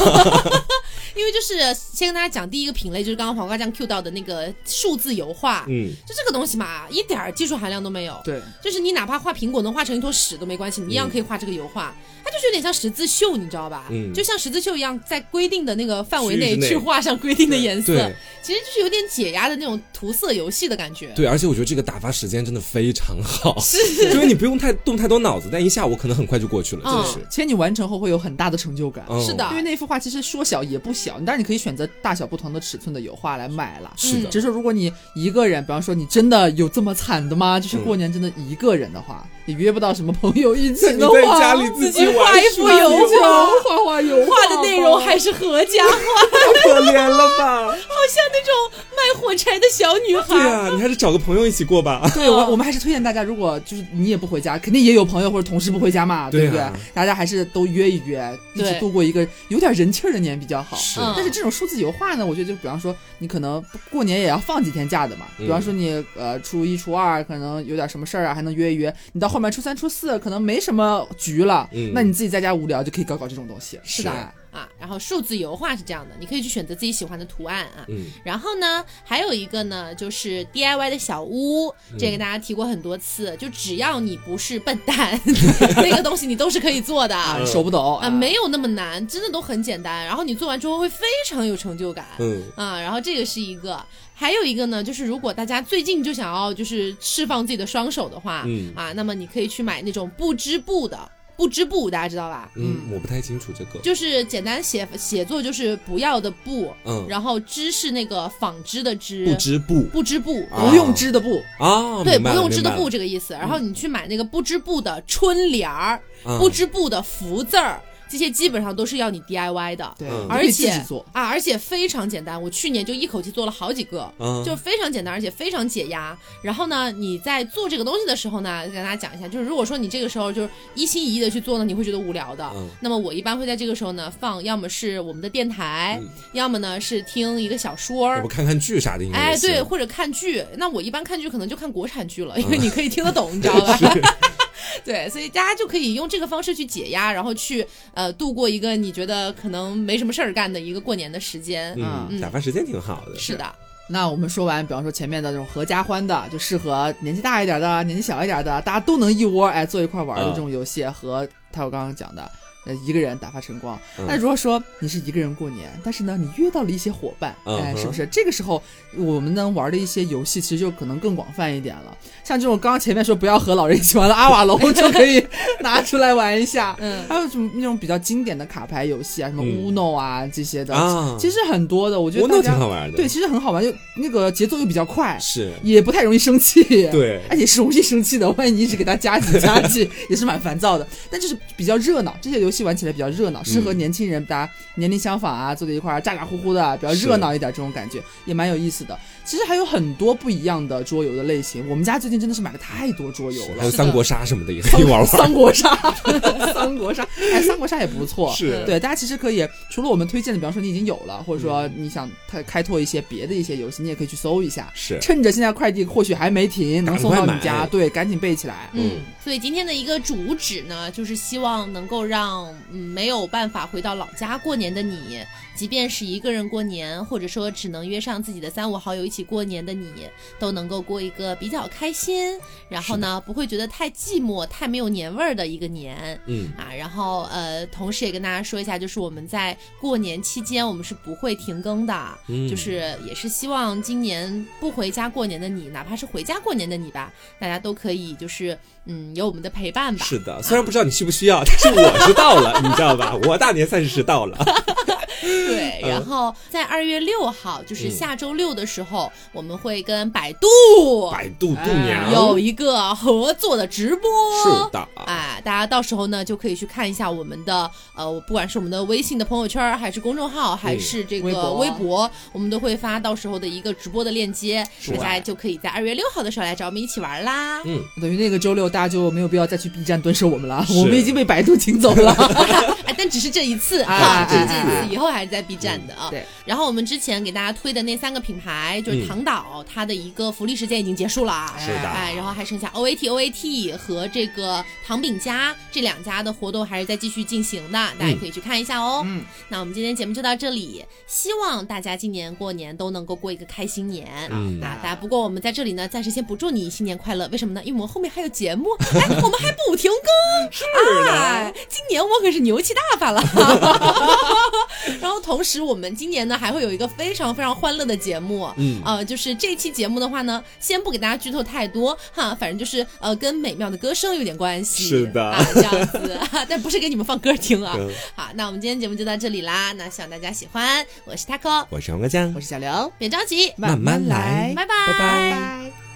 Speaker 1: 因为就是先跟大家讲第一个品类，就是刚刚黄瓜酱 Q 到的那个数字油画，
Speaker 2: 嗯，
Speaker 1: 就这个东西嘛，一点儿技术含量都没有。
Speaker 3: 对，
Speaker 1: 就是你哪怕画苹果能画成一坨屎都没关系，你一样可以画这个油画。它就是有点像十字绣，你知道吧？
Speaker 2: 嗯
Speaker 1: 就像十字绣一样，在规定的那个范围
Speaker 2: 区域
Speaker 1: 内
Speaker 2: 之内
Speaker 1: 去画上规定的颜色 *laughs*
Speaker 2: *laughs* 对，
Speaker 1: 其实就是有点解压的那种涂色游戏的感觉。
Speaker 2: 对，而且我觉得这个打发时间真的非常
Speaker 1: *laughs*
Speaker 2: 好，是， *laughs* 因为你不用太动太多脑子，但一下午可能很快就过去了，真的
Speaker 1: 嗯
Speaker 2: 是。
Speaker 3: 其实你完成后会有很大的成就感。
Speaker 2: 嗯
Speaker 1: 是的
Speaker 3: 因为那幅画其实说小也不小，当然你可以选择大小不同的尺寸的油画来买了。
Speaker 2: 是
Speaker 1: 嗯
Speaker 2: 的 *laughs*
Speaker 3: 只是说如果你一个人，比方说你真的有这么惨的吗？就是过年真的一个人的话，你约不到什么朋友一起
Speaker 2: 你
Speaker 3: 的
Speaker 2: 在
Speaker 3: 话，
Speaker 2: 家里自己玩
Speaker 1: 画一幅油
Speaker 3: 你就
Speaker 1: 画
Speaker 3: 画画油
Speaker 1: 画的内容还
Speaker 3: 是
Speaker 1: 是合家欢，好
Speaker 2: 太可怜
Speaker 1: *laughs*
Speaker 2: 了吧？
Speaker 1: 像 *laughs* 那种卖火柴的小女
Speaker 2: 对
Speaker 1: 孩。
Speaker 2: 啊，你还是找个朋友一起过
Speaker 1: *laughs*
Speaker 2: 吧。
Speaker 3: 对我，我们还是推荐大家，如果就是你也不回家，肯定也有朋友或者同事不回家嘛，
Speaker 2: 对啊
Speaker 3: 不对？大家还是都约一约，一
Speaker 1: 对
Speaker 3: 起度过一个有点人气儿的年比较好。
Speaker 2: 是
Speaker 1: 嗯
Speaker 3: 但是这种数字油画呢，我觉得就比方说，你可能过年也要放几天假的嘛。
Speaker 2: 嗯
Speaker 3: 比方说你呃初一、初二可能有点什么事儿啊，还能约一约。你到后面初三、初四可能没什么局了，
Speaker 2: 嗯
Speaker 3: 那你自己在家无聊就可以搞搞这种东西。
Speaker 2: 是
Speaker 3: 的，
Speaker 1: 啊，然后数字油画是这样的，你可以去选择自己喜欢的图案啊。
Speaker 2: 嗯，
Speaker 1: 然后呢，还有一个呢，就是 DIY 的小屋，这
Speaker 2: 嗯
Speaker 1: 个大家提过很多次，就只要你不是笨蛋， *laughs* 那个东西你都是可以做的。
Speaker 2: 嗯
Speaker 3: 啊，手不抖
Speaker 1: 啊，没有那么难，真的都很简单。然后你做完之后会非常有成就感，
Speaker 2: 嗯
Speaker 1: 啊，然后这个是一个，还有一个呢，就是如果大家最近就想要就是释放自己的双手的话，
Speaker 2: 嗯
Speaker 1: 啊，那么你可以去买那种不织布的不织布，大家知道吧？
Speaker 2: 嗯，我不太清楚这个。
Speaker 1: 就是简单写写作就是不要的不，
Speaker 2: 嗯
Speaker 1: 然后织是那个纺织的织，
Speaker 2: 不织布
Speaker 1: 不织布，
Speaker 2: 啊
Speaker 3: 不用织的布，
Speaker 2: 啊，
Speaker 1: 对，
Speaker 2: 明
Speaker 1: 不
Speaker 2: 白了嗯
Speaker 1: 用织的，布
Speaker 2: 明
Speaker 1: 这个意思。然后你去买那个不织布的春联儿、
Speaker 2: 白了
Speaker 1: 不
Speaker 2: 嗯
Speaker 1: 织布的福字儿，这些基本上都是要你 DIY 的。
Speaker 3: 对
Speaker 2: 嗯，
Speaker 1: 而
Speaker 3: 你可以
Speaker 1: 且
Speaker 3: 自己做。
Speaker 1: 啊，而且非常简单，我去年就一口气做了好几个，
Speaker 2: 嗯
Speaker 1: 就非常简单，而且非常解压。然后呢，你在做这个东西的时候呢，跟大家讲一下，就是如果说你这个时候就是一心一意的去做呢，你会觉得无聊的。
Speaker 2: 嗯
Speaker 1: 那么我一般会在这个时候呢，放要么是我们的电台，
Speaker 2: 嗯
Speaker 1: 要么呢是听一个小说
Speaker 2: 我
Speaker 1: 儿
Speaker 2: 们。看看剧啥的，应该
Speaker 1: 哎，
Speaker 2: 也行
Speaker 1: 对，，或者看剧，那我一般看剧可能就看国产剧
Speaker 2: 嗯
Speaker 1: 了，因为你可以听得懂，你知道吧？ *laughs* 对，所以大家就可以用这个方式去解压，然后去呃度过一个你觉得可能没什么事儿干的一个过年的时间。
Speaker 2: 嗯，
Speaker 1: 嗯
Speaker 2: 打发时间挺好的。
Speaker 1: 是的，
Speaker 3: 那我们说完，比方说前面的这种合家欢的，就适合年纪大一点的、年纪小一点的，大家都能一窝哎坐一块玩的
Speaker 2: 嗯
Speaker 3: 这种游戏，和他我刚刚讲的，呃，一个人打发晨光。
Speaker 2: 嗯
Speaker 3: 那、如果说你是一个人过年，但是呢，你约到了一些伙伴，
Speaker 2: 嗯
Speaker 3: 哎，
Speaker 2: 哼
Speaker 3: 是不是？这个时候我们能玩的一些游戏，其实就可能更广泛一点了。像这种刚刚前面说不要和老人一起玩的阿瓦隆，就可以拿出来玩
Speaker 2: *laughs*
Speaker 3: 一下。
Speaker 1: 嗯
Speaker 3: 还有什么那种比较经典的卡牌游戏啊，什么
Speaker 2: 嗯
Speaker 3: Uno 啊、这些的，
Speaker 2: 啊
Speaker 3: 其实很多的。我觉得
Speaker 2: 我那
Speaker 3: 大家
Speaker 2: 挺好玩的。
Speaker 3: 对，，其实很好玩，就那个节奏又比较快，
Speaker 2: 是，
Speaker 3: 也不太容易生气。
Speaker 2: 对
Speaker 3: 而且是容易生气的，万一你一直给他加几加几，也是蛮烦躁的。但就是就是比较热闹，这些游戏玩起来比较热闹，适合年轻人，大家年龄相仿啊，坐在一块儿咋咋呼呼的，比较热闹一点，这种感觉也蛮有意思的。其实还有很多不一样的桌游的类型，我们家最近真的是买了太多桌游
Speaker 2: 还
Speaker 3: 了。
Speaker 2: 有三国杀什么的也可以玩玩。
Speaker 3: 三国杀， *laughs* 三国杀，哎，三国杀也不错。
Speaker 2: 是
Speaker 3: 对，大家其实可以，除了我们推荐的，比方说你已经有了，或
Speaker 2: 嗯
Speaker 3: 者说你想开开拓一些别的一些游戏，你也可以去搜一下。
Speaker 2: 是
Speaker 3: 趁着现在快递或许还没停，能送到
Speaker 2: 赶快
Speaker 3: 你
Speaker 2: 买
Speaker 3: 家，对，赶紧备起来。
Speaker 1: 嗯，所以今天的一个主旨呢，就是希望能够让嗯没有办法回到老家过年的你，即便是一个人过年，或者说只能约上自己的三五好友一起过年的你，都能够过一个比较开心，然后呢不会觉得太寂寞、太没有年味儿的一个年。
Speaker 2: 嗯，
Speaker 1: 啊，然后呃，同时也跟大家说一下，就是我们在过年期间，我们是不会停更的，
Speaker 2: 嗯
Speaker 1: 就是也是希望今年不回家过年的你，哪怕是回家过年的你吧，大家都可以就是嗯有我们的陪伴吧。
Speaker 2: 是的，虽然不知道你需不需要，但是我知道了，你知道吧？我大年三十是到了，
Speaker 1: 对，
Speaker 2: 嗯
Speaker 1: 然后在二月六号，就是
Speaker 2: 嗯
Speaker 1: 下周六的时候，我们会跟百度
Speaker 2: 百度度娘
Speaker 3: 哎
Speaker 1: 有一个合作的直播。
Speaker 2: 是的，
Speaker 1: 哎，大家到时候呢就可以去看一下我们的呃，不管是我们的微信的朋友圈儿，还是公众号，还是这个
Speaker 3: 微
Speaker 1: 微
Speaker 3: 博
Speaker 1: 我们都会发到时候的一个直播的链接，
Speaker 2: 是
Speaker 1: 大家就可以在二月六号的时候来找我们一起玩啦。
Speaker 2: 嗯，
Speaker 3: 等于那个周六大家就没有必要再去 B 站蹲守我们了，
Speaker 2: 是
Speaker 3: 我们已经被百度请走
Speaker 2: *laughs*
Speaker 3: 了。
Speaker 1: 哎，但只是这一次啊，
Speaker 3: 啊
Speaker 1: 只是这
Speaker 3: 哎哎
Speaker 1: 一次，以后还是在 B 站的啊。
Speaker 3: 对，
Speaker 1: 然后我们之前给大家推的那三个品牌，就是
Speaker 2: 嗯
Speaker 1: 唐岛，它的一个福利时间已经结束了。
Speaker 2: 是的
Speaker 1: 哎，然后还剩下 OAT、OAT 和这个糖饼家这两家的活动还是在继续进行的，大家可以去看一下哦。
Speaker 3: 嗯，
Speaker 1: 那我们今天节目就到这里，希望大家今年过年都能够过一个开心年。
Speaker 2: 嗯
Speaker 1: 啊，大家不过我们在这里呢，暂时先不祝你新年快乐，为什么呢？因为我们后面还有节目， *laughs* 哎，我们还不停更，是
Speaker 2: 的
Speaker 1: 哎，今年我可是牛气大发了。 *laughs* 然后同时，我们今年呢还会有一个非常非常欢乐的节目，
Speaker 2: 嗯
Speaker 1: 呃，就是这期节目的话呢，先不给大家剧透太多哈，反正就是呃跟美妙的歌声有点关系，
Speaker 2: 是的
Speaker 1: 啊，这样子， *laughs* 但不是给你们放歌听啊
Speaker 2: 嗯。
Speaker 1: *laughs* 好，那我们今天节目就到这里啦，那希望大家喜欢，我是 taco，
Speaker 2: 我是王哥江，
Speaker 3: 我是小刘，
Speaker 1: 别着急，
Speaker 2: 慢慢来
Speaker 1: 拜拜
Speaker 2: 拜拜
Speaker 3: 拜。